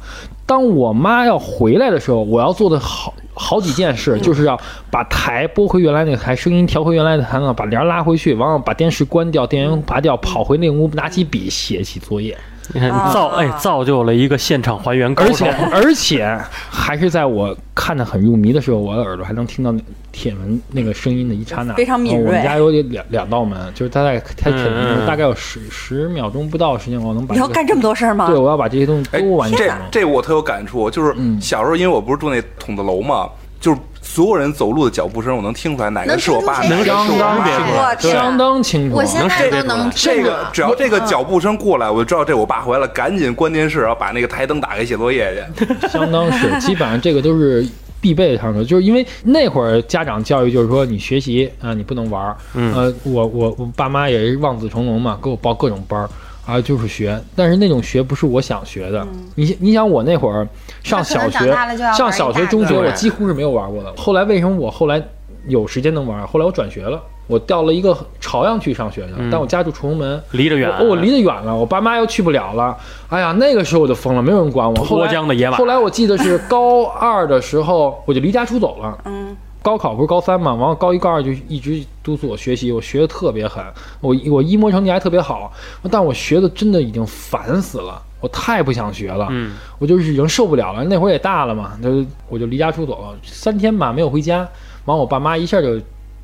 当我妈要回来的时候，我要做的好好几件嗯事，就是要把台拨回原来那个台，声音调回原来的台呢，把帘儿拉回去，然后把电视关掉，电源拔掉，跑回那屋拿起笔写起作业。你看啊造哎造就了一个现场还原高而手，且而且还是在我看得很入迷的时候，我的耳朵还能听到那铁门那个声音的一刹那，非常敏然后我们锐家有两两道门，就是大概开铁嗯嗯门嗯大概有十十秒钟不到的时间，我能把你要这个干这么多事儿吗？对，我要把这些东西哎都完，成这。这我特有感触，就是嗯小时候，因为我不是住那筒子楼嘛，就是所有人走路的脚步声，我能听出来哪个能是我听出爸，谁哪个是相我当妈。别啊我出天来，相当清楚。我现在都能这个只要这嗯个脚步声过来，我就知道这我爸回来了，赶紧关电视，然后把那个台灯打开写作业啊去。相当 是，基本上这个都是必备的常识，就是因为那会儿家长教育就是说你学习啊、你不能玩儿，嗯呃，我我我爸妈也是望子成龙嘛，给我报各种班儿啊，就是学，但是那种学不是我想学的，你你想我那会儿上小嗯他可能学长大了就要玩一上小大学个中学对我几乎是没有玩过的，后来为什么我后来有时间能玩儿？后来我转学了。我调了一个朝阳区上学的，嗯但我家住崇文门，离得远我我哦离得远了，我爸妈又去不了了。哎呀，那个时候我就疯了，没有人管我。后来脱缰的野马后来我记得是高二的时候，我就离家出走了。嗯，高考不是高三嘛，然后高一高二就一直督促我学习，我学的特别狠，我我一模成绩还特别好，但我学的真的已经烦死了，我太不想学了，嗯，我就是已经受不了了。那会儿也大了嘛，就我就离家出走了，三天吧没有回家，完我爸妈一下就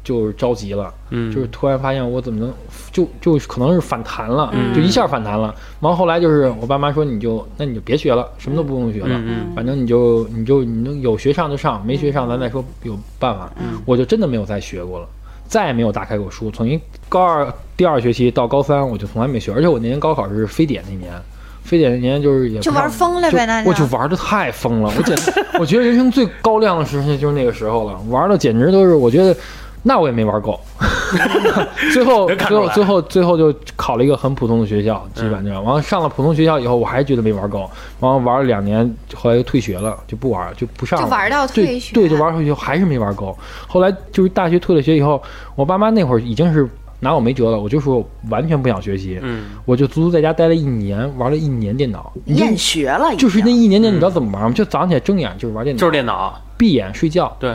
就是着急了，嗯就是突然发现我怎么能就就可能是反弹了，嗯就一下反弹了。完后来就是我爸妈说你就那你就别学了，什么都不用学了，嗯反正你就你就你能有学上就上，没学上咱再说有办法。嗯我就真的没有再学过了。再也没有打开过书，从一高二第二学期到高三，我就从来没学，而且我那年高考是非典那年，非典那年就是也不就上玩疯了呗，就那我就玩的太疯了，我简直，我觉得人生最高亮的时间就是那个时候了，玩的简直都是，我觉得那我也没玩够。 最后， 能最看出后，来嗯最后，最后就考了一个很普通的学校，基本上这样。完了上了普通学校以后，我还是觉得没玩够，完了玩了两年，后来就退学了，就不玩了，就不上了，就玩到对退学对，就玩到退学，还是没玩够。后来就是大学退了学以后，我爸妈那会儿已经是拿我没辙了，我就说我完全不想学习，嗯我就足足在家待了一年，玩了一年电脑，已经厌学了已经，就是那一年年，你知道怎么玩吗？就早上起来睁眼就是玩电脑，嗯就是电脑，闭眼睡觉，对，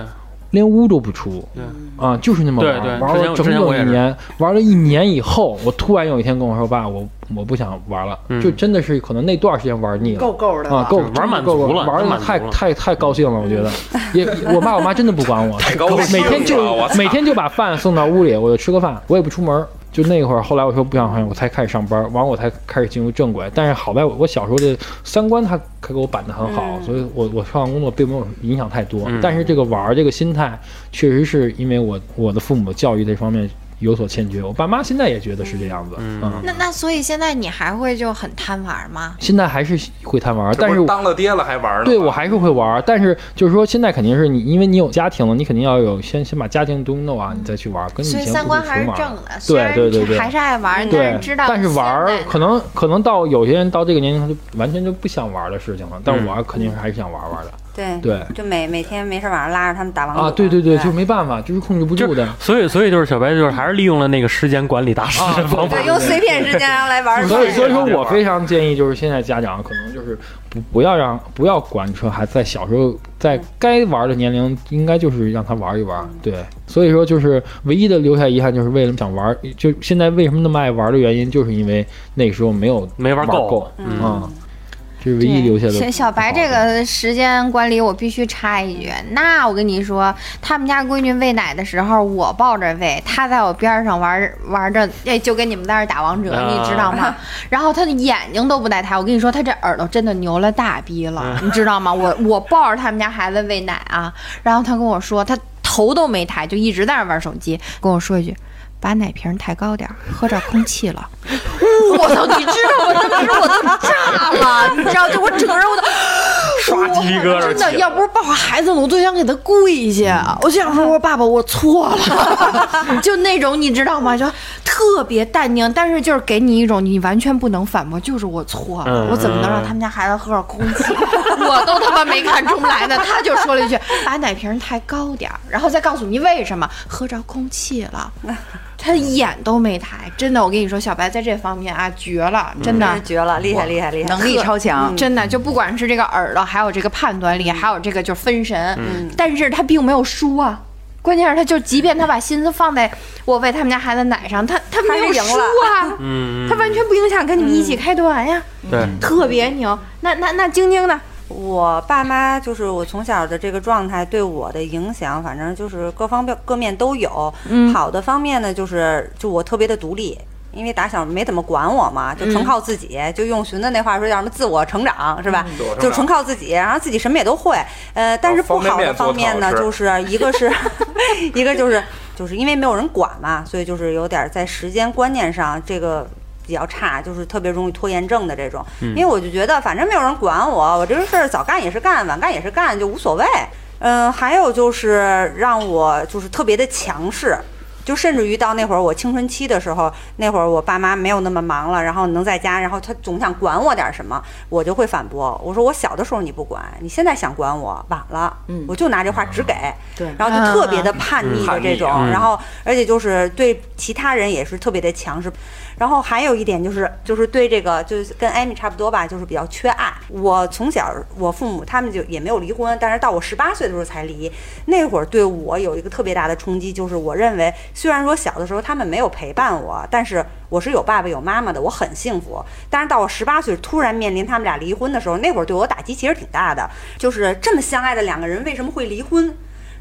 连屋都不出。对啊，就是那么玩，对对玩之前了我整之前我整也一是年，玩了一年以后，我突然有一天跟我说：“爸，我我不想玩了。嗯就真的是可能那段时间玩腻了，够够的了啊，够就是玩满够足了玩真的满足太了太太高兴了，我觉 得。也我爸我妈真的不管我，太高兴每了天我就操每天就把饭送到屋里，我就吃个饭，我也不出门。就那会儿，后来我说不想玩，我才开始上班，完我才开始进入正轨。但是好在我我小时候的三观他他给我板得很好，嗯所以我我上工作并没有影响太多。嗯但是这个玩儿这个心态，确实是因为我我的父母教育这方面有所欠缺，我爸妈现在也觉得是这样子，嗯那那所以现在你还会就很贪玩吗？现在还是会贪玩儿，这但不是我当了爹了还玩呢吗？对我还是会玩儿，但是就是说现在肯定是你，因为你有家庭了，你肯定要有先先把家庭东西弄完，你再去玩儿，跟以所前以不是三观还是纯玩儿正的，虽然对对对对，还是爱玩，但对是知，道但是玩儿现在可能可能到有些人到这个年龄，他就完全就不想玩儿的事情了，但我肯定是还是想玩儿玩儿的，对对就每每天没事晚上拉着他们打王者啊，对对对，对，就没办法，就是控制不就住的。所以所以就是小白就是还是利用了那个时间管理大师的方法对，用碎片时间然后来玩儿。所以，所以说我非常建议，就是现在家长可能就是不不要让不要管说孩子在小时候嗯在该玩的年龄，应该就是让他玩一玩。对，所以说就是唯一的留下遗憾，就是为了想玩，就现在为什么那么爱玩的原因，就是因为那个时候没有没玩玩够够，嗯啊，这是唯一留下的不好小的。小白这个时间管理，我必须插一句。那我跟你说，他们家闺女喂奶的时候，我抱着喂，她在我边上玩玩着，哎，就跟你们在那儿打王者，啊你知道 吗？然后她的眼睛都不带抬。我跟你说，她这耳朵真的牛了大逼嗯了，你知道吗？我我抱着他们家孩子喂奶啊，然后她跟我说，她头都没抬，就一直在那儿玩手机，跟我说一句。把奶瓶抬高点儿，喝着空气 了。 我操！你知道我当时我都炸了，你知道，就我整个人我都刷机鸡哥这真的，要不是抱着孩子，我都想给他跪下。我就想说，嗯我说爸爸，我错 了， 就那种你知道吗？就特别淡定，但是就是给你一种你完全不能反驳，就是我错了，嗯我怎么能让他们家孩子喝上空 气？我都他妈没看出来呢，他就说了一句把奶瓶抬高点儿，然后再告诉你为什么喝着空气 了。他眼都没抬，真的，我跟你说，小白在这方面啊，绝了，真的。真嗯是绝了，厉害厉害厉害！能力超强。真的，就不管是这个耳朵，还有这个判断力，还有这个就是分神，嗯但是他并没有输啊。关键是他就，即便他把心思放在我喂他们家孩子奶上，他他没有还是赢输了 啊，嗯，他完全不影响跟你们一起开团呀，对，特别牛。那那那晶晶呢？我爸妈就是我从小的这个状态对我的影响，反正就是各方面各面都有。好的方面呢，就是就我特别的独立。因为打小没怎么管我嘛，就纯靠自己，就用寻子那话说叫什么自我成长是吧？嗯自我成长就纯靠自己，然后自己什么也都会。呃，但是啊方不便好的面方面呢，做就得是一个是， 一个就是就是因为没有人管嘛，所以就是有点在时间观念上这个比较差，就是特别容易拖延症的这种。因为我就觉得反正没有人管我，我这事儿早干也是干，晚干也是干，就无所谓。嗯，还有就是让我就是特别的强势。就甚至于到那会儿我青春期的时候，那会儿我爸妈没有那么忙了，然后能在家，然后他总想管我点什么，我就会反驳，我说我小的时候你不管，你现在想管我晚了，嗯我就拿这话只给，对然后就特别的叛逆的这种，嗯叛逆嗯然后而且就是对其他人也是特别的强势。然后还有一点就是，就是对这个，就是跟艾米差不多吧，就是比较缺爱。我从小，我父母他们就也没有离婚，但是到我十八岁的时候才离。那会儿对我有一个特别大的冲击，就是我认为，虽然说小的时候他们没有陪伴我，但是我是有爸爸有妈妈的，我很幸福。但是到我十八岁突然面临他们俩离婚的时候，那会儿对我打击其实挺大的，就是这么相爱的两个人为什么会离婚？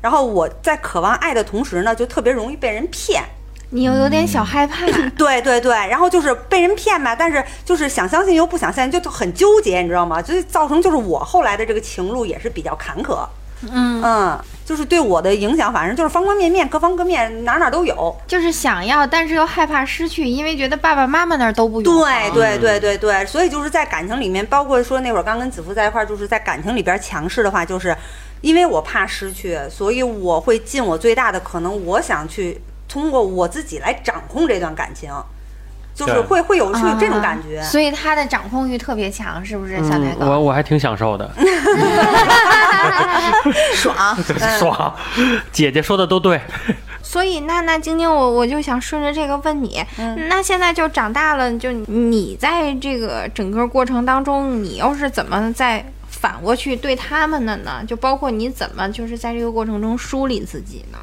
然后我在渴望爱的同时呢，就特别容易被人骗。你又有点小害怕，对对对，然后就是被人骗吧，但是就是想相信又不想相信，就很纠结，你知道吗？就是造成就是我后来的这个情路也是比较坎坷。嗯就是对我的影响，反正就是方方面面，各方各面，哪哪都有。就是想要，但是又害怕失去，因为觉得爸爸妈妈那儿都不友好对对对对对，所以就是在感情里面，包括说那会儿刚跟子夫在一块儿，就是在感情里边强势的话，就是因为我怕失去，所以我会尽我最大的可能，我想去通过我自己来掌控这段感情，就是对会会有是有这种感觉。啊所以他的掌控欲特别强，是不是小白嗯，狗？我我还挺享受 的，爽 爽，姐姐说的都对， 所以，那那晶晶，我我就想顺着这个问你，那现在就长大了，就你在这个整个过程当中，你又是怎么在反过去对他们的呢？就包括你怎么就是在这个过程中梳理自己呢？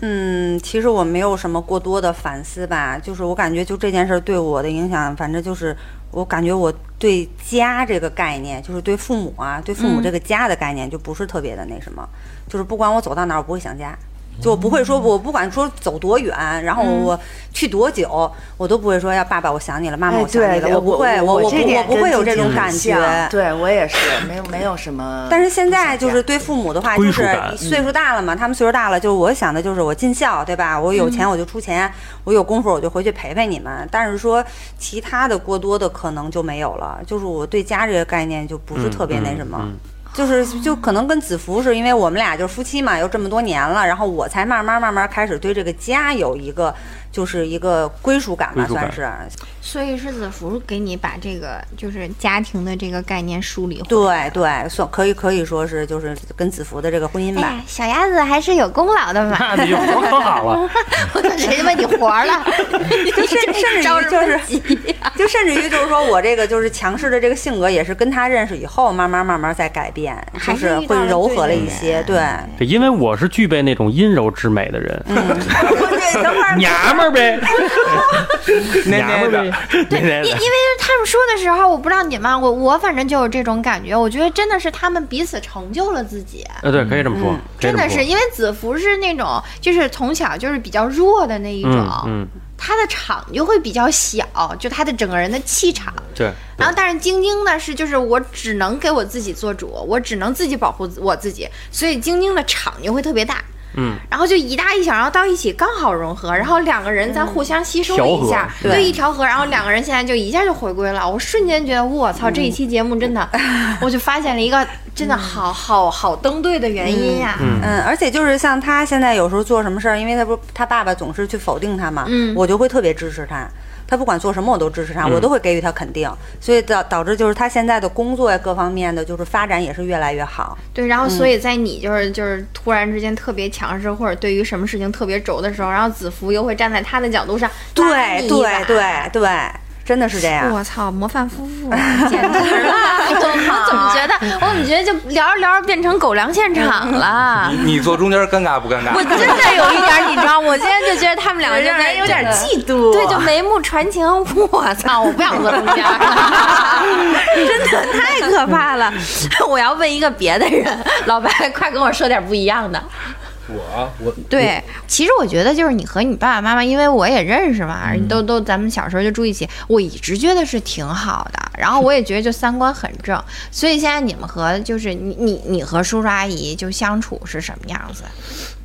嗯，其实我没有什么过多的反思吧，就是我感觉就这件事儿对我的影响，反正就是我感觉我对家这个概念，就是对父母啊，对父母嗯这个家的概念，就不是特别的那什么，就是不管我走到哪儿，我不会想家。就我不会说，我不管说走多远，然后嗯我去多久，我都不会说要爸爸，我想你了，妈妈，哎，我想你对，了，对我不会，我我我不这点我不会有这种感觉。对我也是，没有没有什么。但是现在就是对父母的话，嗯归就属是感嗯你岁数大了嘛，他们岁数大了，就是我想的就是我尽孝，对吧？我有嗯钱我就出钱，我有功夫我就回去陪陪你们。但是说其他的过多的可能就没有了，就是我对家这个概念就不是特别那什么。嗯嗯就是就可能跟子福是因为我们俩就是夫妻嘛，又这么多年了，然后我才慢慢慢慢开始对这个家有一个就是一个归属感吧，归属感算是。所以是子福给你把这个就是家庭的这个概念梳理回来。对对，算可以可以说是就是跟子福的这个婚姻吧。哎呀，小鸭子还是有功劳的 嘛！那你活可好 了，谁问你活儿 了？就甚甚至于就是，就甚至于就是说我这个就是强势的这个性格，也是跟他认识以后，慢慢慢慢在改变，还就是是遇会到了柔对和的了一人嗯些。对，对因为我是具备那种阴柔之美的人，对，等会儿娘们儿 呗，奶娘奶们的儿呗，奶奶因因 的为他们说的时候，我不知道你们啊，我我反正就有这种感觉，我觉得真的是他们彼此成就了自己。呃，对，可以这么说，可以嗯真这么的是说因为子福是那种就是从小就是比较弱的那一种，嗯嗯，他的场就会比较小，就他的整个人的气场。对，然后，但是晶晶呢是就是我只能给我自己做主，我只能自己保护我自己，所以晶晶的场就会特别大。嗯，然后就一大一小，然后到一起刚好融合，然后两个人再互相吸收了一下调，和对，一调和，然后两个人现在就一下就回归了。我瞬间觉得，我操，这一期节目真的， 我就发现了一个真的好好好登对的原因呀。嗯嗯，而且就是像他现在有时候做什么事儿，因为他不他爸爸总是去否定他嘛，嗯我就会特别支持他。他不管做什么，我都支持他，我都会给予他肯定，所以导导致就是他现在的工作呀各方面的，就是发展也是越来越好。对，然后所以在你就是就是突然之间特别强势，或者对于什么事情特别轴的时候，然后子服又会站在他的角度上拉对你一把对对对，真的是这样。我操，模范夫妇简直了！我怎么觉得，我怎么觉得就聊着聊着变成狗粮现场 了？你你坐中间尴尬不尴我尬？真的有一点儿，你知道，我现在就觉得他们两个就在有点嫉妒对，就眉目传情。我操，我不想坐中 间儿，真的太可怕 了。我要问一个别的人，老白，快跟我说点不一样的。我我对，其实我觉得就是你和你爸爸妈妈，因为我也认识嘛，嗯都都咱们小时候就住一起，我一直觉得是挺好的。然后我也觉得就三观很正，所以现在你们和就是你你你和叔叔阿姨就相处是什么样子？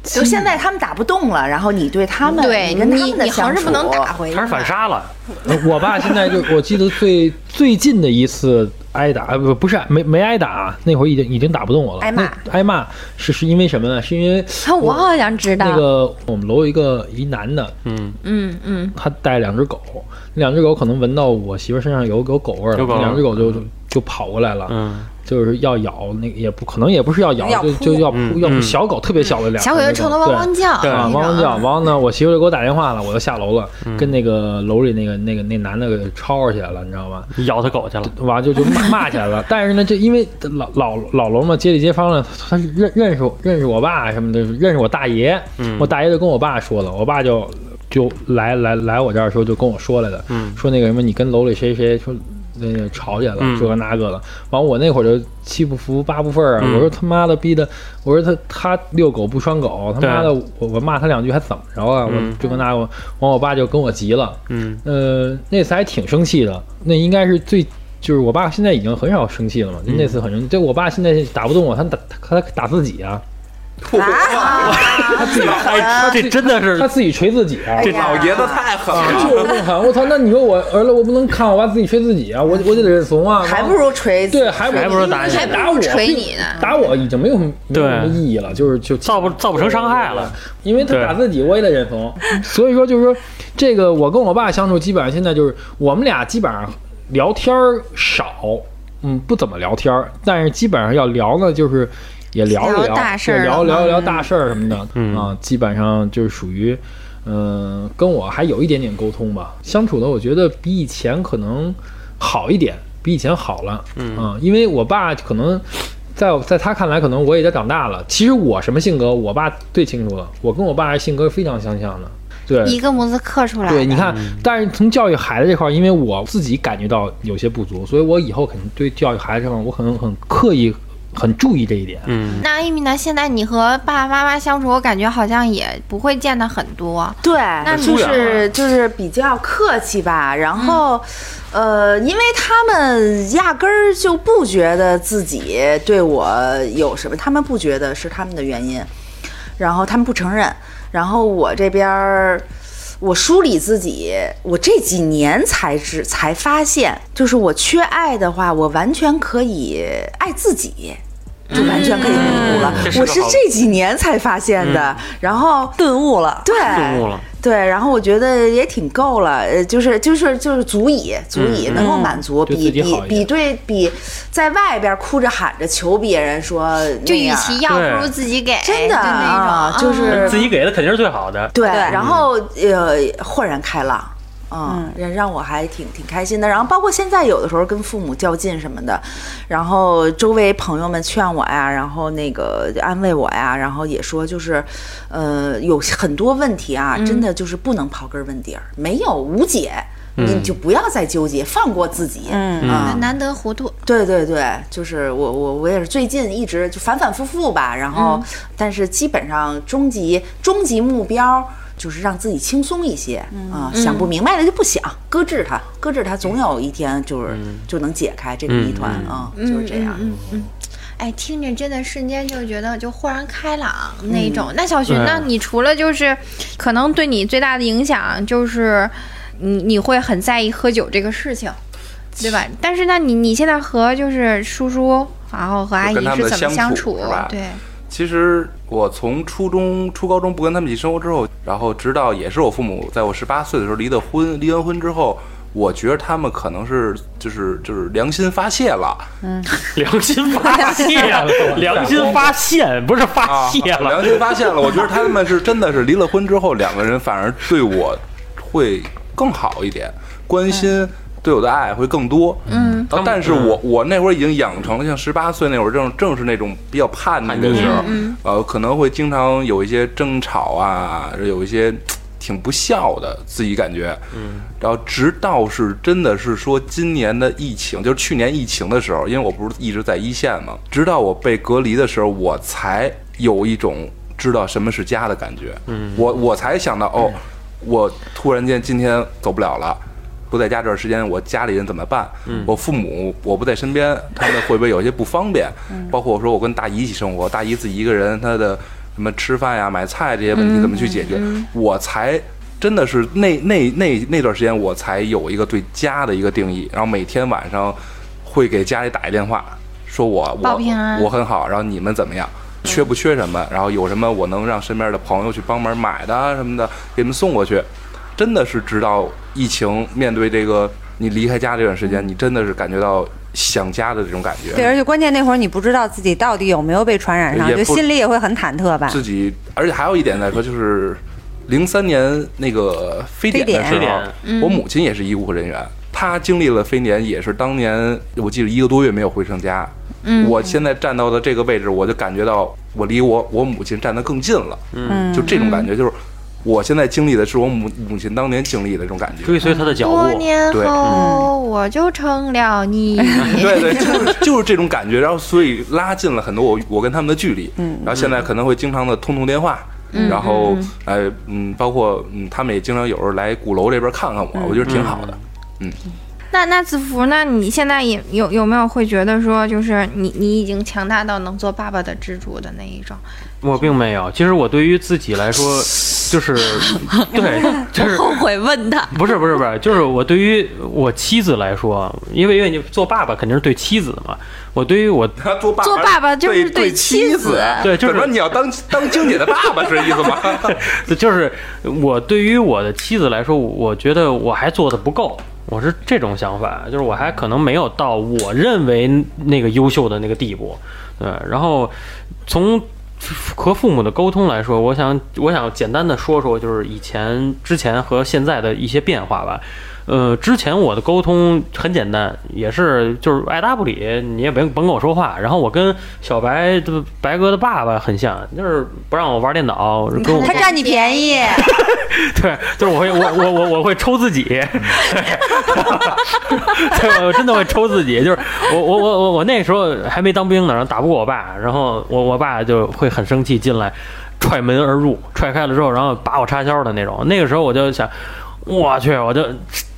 就现在他们打不动了，然后你对他们，对你跟他你们的你相横处着不能打回去他是反杀了，呃我爸现在就我记得最最近的一次挨打，呃不不是没没挨打，啊那会儿已经已经打不动我了。挨骂那挨骂是是因为什么呢？是因为我好想知道。那个我们楼有一个一男的，嗯，嗯嗯，他带两只狗，那两只狗可能闻到我媳妇身上有有狗味儿了，有狗味儿两只狗就就就跑过来了，嗯，就是要咬那个也不可能也不是要咬，要就扑就要扑、嗯要扑嗯小狗，特别小的两小狗就冲他汪汪叫。叫，对，啊那汪种汪叫，完后呢，我媳妇就给我打电话了，我就下楼了，嗯跟那个楼里那个那个那男的给吵吵起来了，你知道吗？咬他狗去 了，完就就骂骂起来了。但是呢，这因为老老老楼嘛，街里街坊呢，他是认认识我认识我爸什么的，认识我大爷，嗯我大爷就跟我爸说了，我爸就就来来来我这儿的时候就跟我说来的，嗯说那个什么你跟楼里谁谁说那个吵起来了，嗯这个那个了。完我那会儿就七不服八不忿儿啊，嗯我说他妈的逼的，我说他他遛狗不拴狗，他妈的我我骂他两句还怎么着啊？嗯我这个那个，完我爸就跟我急了。嗯呃，那次还挺生气的，那应该是最。就是我爸现在已经很少生气了嘛，嗯就那次很生气。对我爸现在打不动我，他打他他打自己啊， 啊哎，这真的他是自己锤自己啊。这老爷子太狠了，就是这么狠，我操！那你说我儿子，我不能看我爸自己锤自己啊，我我就得怂啊。还不如锤子。对，还不还不如打你还打我，锤你呢打我已经没有没有对什么意义了，就是就造不造不成伤害了，因为他打自己，我也得认 怂。所以说，就是说，这个我跟我爸相处，基本上现在就是我们俩基本上聊天儿少，嗯，不怎么聊天儿，但是基本上要聊呢，就是也聊一聊聊，大事儿对聊了聊一聊大事儿什么的，嗯啊，基本上就是属于，嗯、跟我还有一点点沟通吧，相处的我觉得比以前可能好一点，比以前好了，嗯啊，因为我爸可能。在我在他看来，可能我也在长大了。其实我什么性格，我爸最清楚了。我跟我爸性格非常相像的，呃对，一个模子刻出来的。对，你看，但是从教育孩子这块儿，因为我自己感觉到有些不足，所以我以后肯定对教育孩子上，我可能很刻意、很注意这一点。嗯，那艾米呢？现在你和爸爸妈妈相处，我感觉好像也不会见的很多。对，你就疏远是就是比较客气吧，然后，呃，因为他们压根儿就不觉得自己对我有什么，他们不觉得是他们的原因，然后他们不承认，然后我这边儿，我梳理自己，我这几年才知才发现，就是我缺爱的话，我完全可以爱自己。就完全可以弥补了，嗯这是我个是好嗯这几年才发现的，然后顿悟了，对，顿悟了对，然后我觉得也挺够了，呃，就是就是就是足以足以嗯能够满足，对比自己比好一点比对比在外边哭着喊着求别人说就那与样其要，不对如自己给，真的就那啊种，嗯就是自己给的肯定是最好的，对，对然后呃豁然开朗。嗯，让让我还挺挺开心的。然后包括现在有的时候跟父母较劲什么的，然后周围朋友们劝我呀，然后那个安慰我呀，然后也说就是，呃，有很多问题啊，真的就是不能刨根问底儿，没有无解，你就不要再纠结，放过自己。嗯啊嗯难得糊涂。对对对，就是我我我也是最近一直就反反复复吧，然后、嗯但是基本上终极终极目标就是让自己轻松一些嗯啊、想不明白的就不想，搁置它，搁置它，总有一天就是、就能解开这个谜团啊、就是这样。嗯嗯嗯。哎，听着真的瞬间就觉得就豁然开朗那种。嗯那小寻呢？对你除了就是可能对你最大的影响就是你你会很在意喝酒这个事情，对吧？但是那你你现在和就是叔叔，然后和阿姨就跟他们是的怎么相处处是吧？对，其实我从初中、初高中不跟他们一起生活之后，然后直到也是我父母在我十八岁的时候离的婚，离完婚之后，我觉得他们可能是就是就是良心发泄了良心发现了， 良心发现不是发啊泄，了，良心发泄了。我觉得他们是真的是离了婚之后，两个人反而对我会更好一点，关心对我的爱会更多。嗯，但是我我那会儿已经养成了像十八岁那会儿正正是那种比较叛逆的时候，呃，可能会经常有一些争吵啊，有一些。挺不孝的，自己感觉，嗯，然后直到是真的是说今年的疫情，就是去年疫情的时候，因为我不是一直在一线嘛，直到我被隔离的时候，我才有一种知道什么是家的感觉，嗯，我我才想到哦，我突然间今天走不了了。不在家这段时间，我家里人怎么办？我父母我不在身边，他们会不会有一些不方便？包括我说我跟大姨一起生活，大姨自己一个人，她的什么吃饭呀、买菜这些问题怎么去解决？我才真的是那那那那段时间，我才有一个对家的一个定义。然后每天晚上会给家里打一电话，说我报平我安我很好，然后你们怎么样？缺不缺什么？然后有什么我能让身边的朋友去帮忙买的啊什么的，给你们送过去。真的是直到疫情，面对这个你离开家这段时间，你真的是感觉到想家的这种感对，觉。而且关键那会儿你不知道自己到底有没有被传染上，也就不心里也会很忐忑吧。自己，而且还有一点来说，就是零三年那个非典嗯的时非典候，我母亲也是医护人员，她经历了非典，也是当年我记得一个多月没有回生家。嗯，我现在站到的这个位置，我就感觉到我离我我母亲站得更近了。嗯就这种感觉，就是我现在经历的是我母母亲当年经历的这种感觉。追随他的脚多步。年对嗯后我就成了 你。 对 对，就是就是这种感觉，然后所以拉近了很多我我跟他们的距离。嗯然后现在可能会经常的通通电话，嗯然后呃嗯，包括嗯，他们也经常有时候来鼓楼这边看看我，嗯我觉得挺好的。那那子福呢？你现在也有有没有会觉得说，就是你你已经强大到能做爸爸的支柱的那一种？我并没有，其实我对于自己来说，就是 对，就是后悔问他，不是不是不是，就是我对于我妻子来说，因为因为你做爸爸肯定是对妻子的嘛，我对于我他做爸做爸爸就是对对妻妻子对就是怎么你要当当晶姐的爸爸是意思吗？ 就是我对于我的妻子来说，我觉得我还做的不够，我是这种想法，就是我还可能没有到我认为那个优秀的那个地步，对。然后从和父母的沟通来说，我想我想简单的说说，就是以前之前和现在的一些变化吧。呃，之前我的沟通很简单，也是就是爱答不理，你也甭甭跟我说话。然后我跟小白这白哥的爸爸很像，就是不让我玩电脑，跟我他占你便宜， 对，就是我会我我我我会抽自己， 对，我真的会抽自己。就是我我我我我那时候还没当兵呢，然后打不过我爸，然后我我爸就会很生气进来，踹门而入，踹开了之后，然后把我插销的那种。那个时候我就想，我去，我就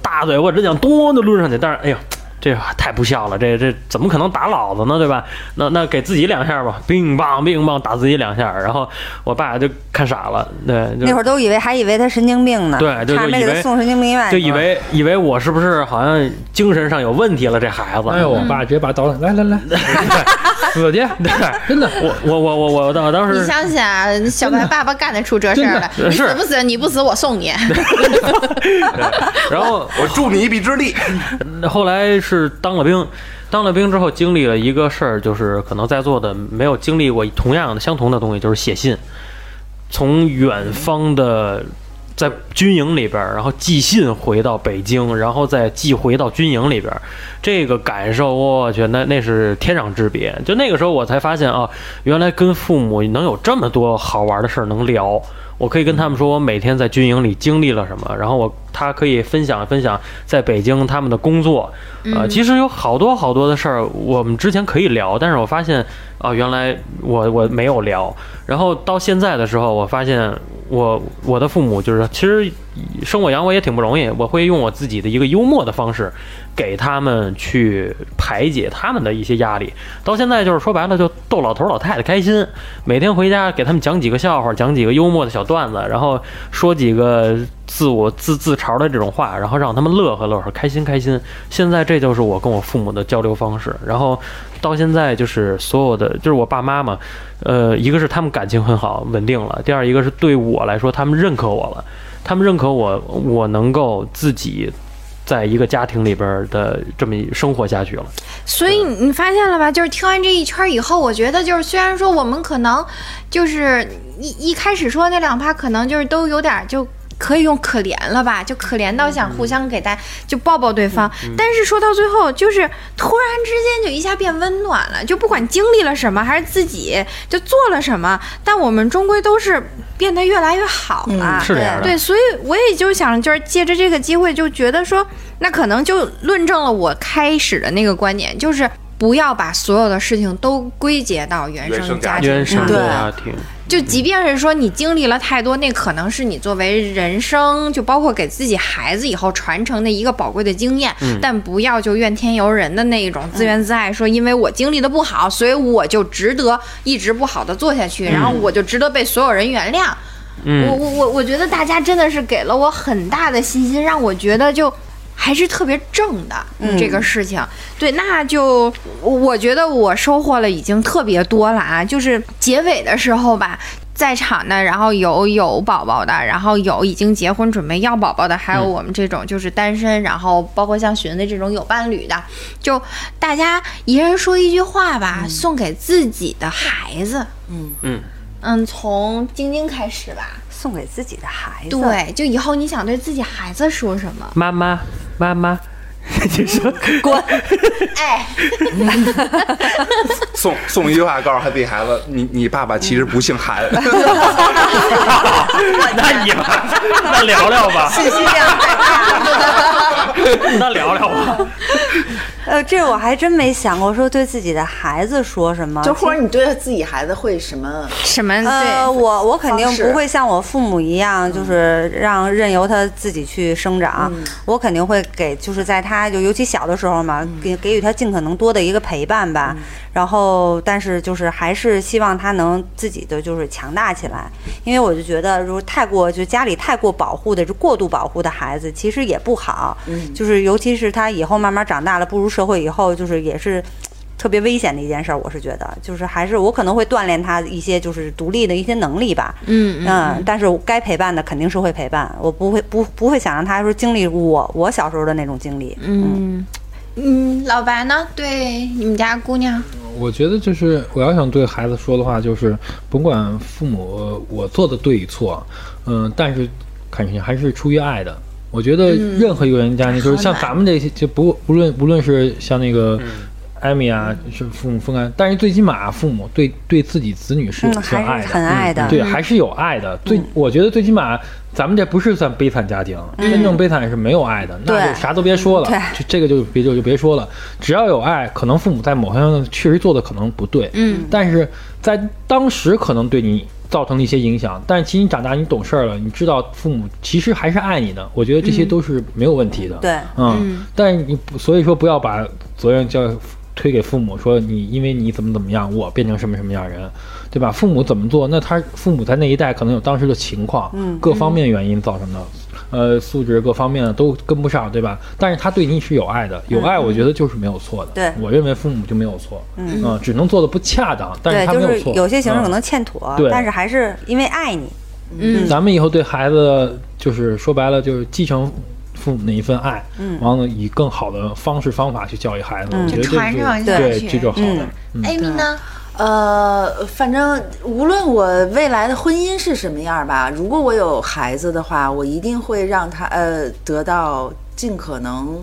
大嘴，我真想咚就抡上去，但是哎呦。这太不孝了，这这怎么可能打老子呢，对吧？那那给自己两下吧，冰棒冰棒打自己两下，然后我爸就看傻了，对，就那会儿都以为还以为他神经病呢，对就差点没给就以为他送神经病医院，就以为以为我是不是好像精神上有问题了？这孩子，哎呦，我爸直接把刀来来 来，死去！对，真的，我我我我我我当你时想想，小白爸爸干得出这事儿来，真的你是死不死？你不死，我送你。然后我助你一臂之力。后来是当了兵，当了兵之后经历了一个事儿，就是可能在座的没有经历过同样的相同的东西，就是写信，从远方的。在军营里边儿，然后寄信回到北京，然后再寄回到军营里边儿，这个感受，我去，那那是天壤之别。就那个时候，我才发现啊，原来跟父母能有这么多好玩的事儿能聊。我可以跟他们说，我每天在军营里经历了什么，然后我他可以分享分享在北京他们的工作。呃，其实有好多好多的事儿，我们之前可以聊，但是我发现啊、原来我我没有聊。然后到现在的时候，我发现我我的父母就是其实生我养我也挺不容易，我会用我自己的一个幽默的方式给他们去排解他们的一些压力。到现在就是说白了，就逗老头老太太开心，每天回家给他们讲几个笑话，讲几个幽默的小段子，然后说几个自我自自嘲的这种话，然后让他们乐呵乐呵，开心开心。现在这就是我跟我父母的交流方式，然后到现在就是所有的就是我爸妈嘛，呃，一个是他们感情很好，稳定了；第二一个是对我来说，他们认可我了，他们认可我，我能够自己在一个家庭里边儿的这么一生活下去了。所以你你发现了吧？就是听完这一圈以后，我觉得就是虽然说我们可能就是一一开始说那两趴，可能就是都有点儿就。可以用可怜了吧，就可怜到想互相给大家就抱抱对方，嗯但是说到最后，就是突然之间就一下变温暖了，就不管经历了什么，还是自己就做了什么，但我们终归都是变得越来越好了。嗯是这样的对，所以我也就想，就是借着这个机会，就觉得说，那可能就论证了我开始的那个观点，就是不要把所有的事情都归结到原原生生家家庭嗯原上生。对家庭，就即便是说你经历了太多，那可能是你作为人生，就包括给自己孩子以后传承的一个宝贵的经验，但不要就怨天尤人的那一种自怨自艾，说因为我经历的不好，所以我就值得一直不好的做下去，然后我就值得被所有人原谅。嗯我我我我觉得大家真的是给了我很大的信心，让我觉得就还是特别正的、这个事情。对，那就我我觉得我收获了已经特别多了啊，就是结尾的时候吧。在场的，然后有有宝宝的，然后有已经结婚准备要宝宝的，嗯还有我们这种就是单身，然后包括像寻的这种有伴侣的，就大家一人说一句话吧，送给自己的孩子。嗯嗯嗯，从晶晶开始吧。送给自己的孩子。，对，就以后你想对自己孩子说什么？妈妈妈妈， 你说哎，送送一句话告诉他自己孩子，你你爸爸其实不姓韩， 那你们 那聊聊吧，哎信息量太大。 那聊聊吧。呃，这我还真没想过说对自己的孩子说什嗯么，就或者你对自己孩子会什么？什么？呃，对，我我肯定方式不会像我父母一样，就是让任由他自己去生长。我肯定会给，就是在他就尤其小的时候嘛，给给予他尽可能多的一个陪伴吧。然后，但是就是还是希望他能自己的就是强大起来，因为我就觉得，如果太过就家里太过保护的，就过度保护的孩子，其实也不好。就是尤其是他以后慢慢长大了，步入社会以后，就是也是。特别危险的一件事儿，我是觉得，就是还是我可能会锻炼他一些就是独立的一些能力吧，嗯嗯嗯，但是我该陪伴的肯定是会陪伴，我不会不不会想让他说经历我我小时候的那种经历，嗯嗯，嗯，老白呢？对你们家姑娘，我觉得就是我要想对孩子说的话，就是甭管父母呃我做的对与错，嗯、但是肯定还是出于爱的。我觉得嗯任何一个人家庭，就是像咱们这些，就不无论无论是像那个艾米啊，是父母分开，但是最起码父母对对自己子女是嗯是还爱是的，嗯很爱的嗯对，还是有爱的。最我觉得最起码咱们这不是算悲惨家庭，真正悲惨是没有爱的，嗯那对就啥都别说了对，就这个就别就就别说了。只要有爱，可能父母在某方面确实做的可能不对，嗯，但是在当时可能对你造成了一些影响，但是其实你长大你懂事儿了，你知道父母其实还是爱你的，我觉得这些都是没有问题的。嗯对，嗯，嗯但是你不所以说不要把责任交推给父母，说你因为你怎么怎么样，我变成什么什么样的人，对吧？父母怎么做，那他父母在那一代可能有当时的情况，嗯各方面原因造成的。呃，素质各方面都跟不上，对吧？但是他对你是有爱的，有爱，我觉得就是没有错的。嗯对我认为父母就没有错，嗯呃只能做的不恰当，但对是，他就没有是错。有些形式嗯可能欠妥，对但是还是因为爱 你，嗯咱们以后对孩子就是说白了就是继承父母那一份爱，嗯完了以更好的方式方法去教育孩子，嗯我觉得这就传承是下对去这就好了嗯。艾米呢？呃，反正无论我未来的婚姻是什么样儿吧，如果我有孩子的话，我一定会让他呃得到尽可能，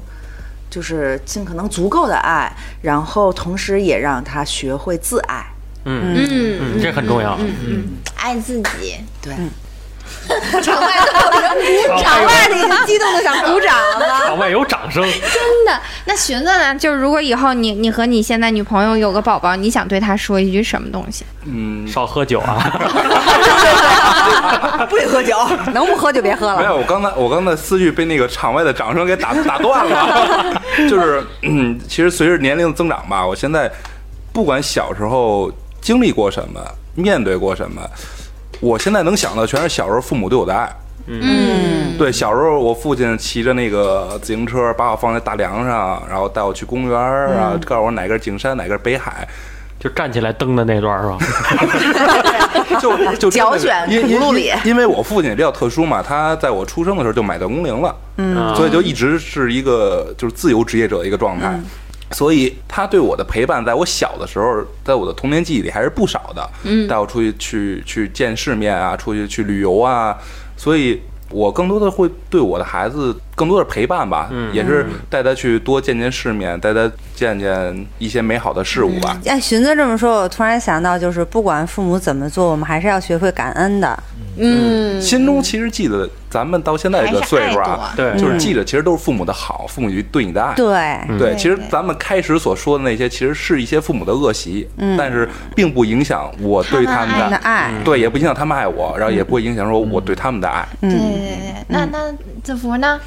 就是尽可能足够的爱，然后同时也让他学会自爱。嗯嗯嗯，嗯，这很重要。嗯，爱自己。对，场外都有人哎场外的已经激动的想鼓掌了。场外啊有掌声，真的，那寻思呢，就是如果以后你你和你现在女朋友有个宝宝，你想对她说一句什么东西？嗯，少喝酒啊！不许喝酒， 能不喝就别喝 没了。有，我刚才我刚才思绪被那个场外的掌声给打打断了。 就是，嗯，其实随着年龄的增长吧，我现在不管小时候经历过什么，面对过什么，我现在能想到全是小时候父母对我的爱。嗯，对，小时候我父亲骑着那个自行车，把我放在大梁上，然后带我去公园儿啊，嗯告诉我哪个是景山，哪个是北 海，就站起来蹬的那段是吧？就就真的是脚选因因轱辘里因因为我父亲也比较特殊嘛，他在我出生的时候就买断工龄了，嗯所以就一直是一个就是自由职业者的一个状态。所以他对我的陪伴，在我小的时候，在我的童年记忆里还是不少的。嗯，带我出去去去见世面啊，出去去旅游啊，所以我更多的会对我的孩子更多的陪伴吧，嗯也是带他去多见见世面，带他见见一些美好的事物吧。 哎，寻思这么说，我突然想到，就是不管父母怎么做，我们还是要学会感恩的。嗯，心中其实记得，咱们到现在这个岁数啊，还是爱多就是记得其实都是父母的好，父母对你的爱。对，对，对其实咱们开始所说的那些，其实是一些父母的恶习，嗯但是并不影响我对他们爱的的，嗯爱，对，也不影响他们爱我，然后也不会影响说我对他们的爱。对对嗯，对，那那子福呢？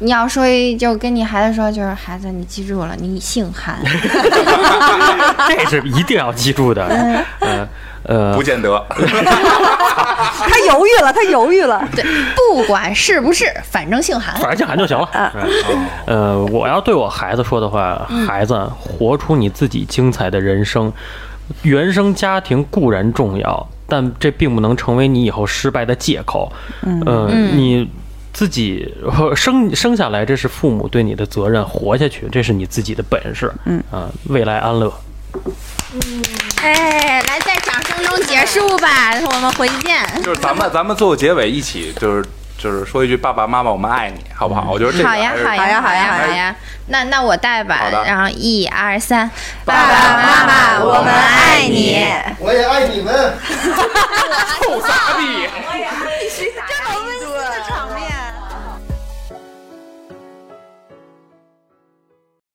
你要说一就跟你孩子说，就是孩子，你记住了，你姓韩。这是一定要记住的。嗯呃呃不，见得， 他犹豫了，他犹豫了。对，不管是不是，反正姓韩。反正就喊就行了。是呃，我要对我孩子说的话，孩子，活出你自己精彩的人生。原生家庭固然重要，但这并不能成为你以后失败的借口。嗯，呃、你。自己呃生生下来，这是父母对你的责任，活下去，这是你自己的本事。嗯啊、未来安乐。哎，来，在掌声中结束吧，我们回去见。就是咱们咱们做个结尾，一起就是就是说一句爸爸妈妈，我们爱你，好不好？我觉得这个好呀，还是好好呀，呀好好呀，呀好呀。那那我带吧好，的然后一二三，爸爸妈妈，我们爱你。我也爱你们。我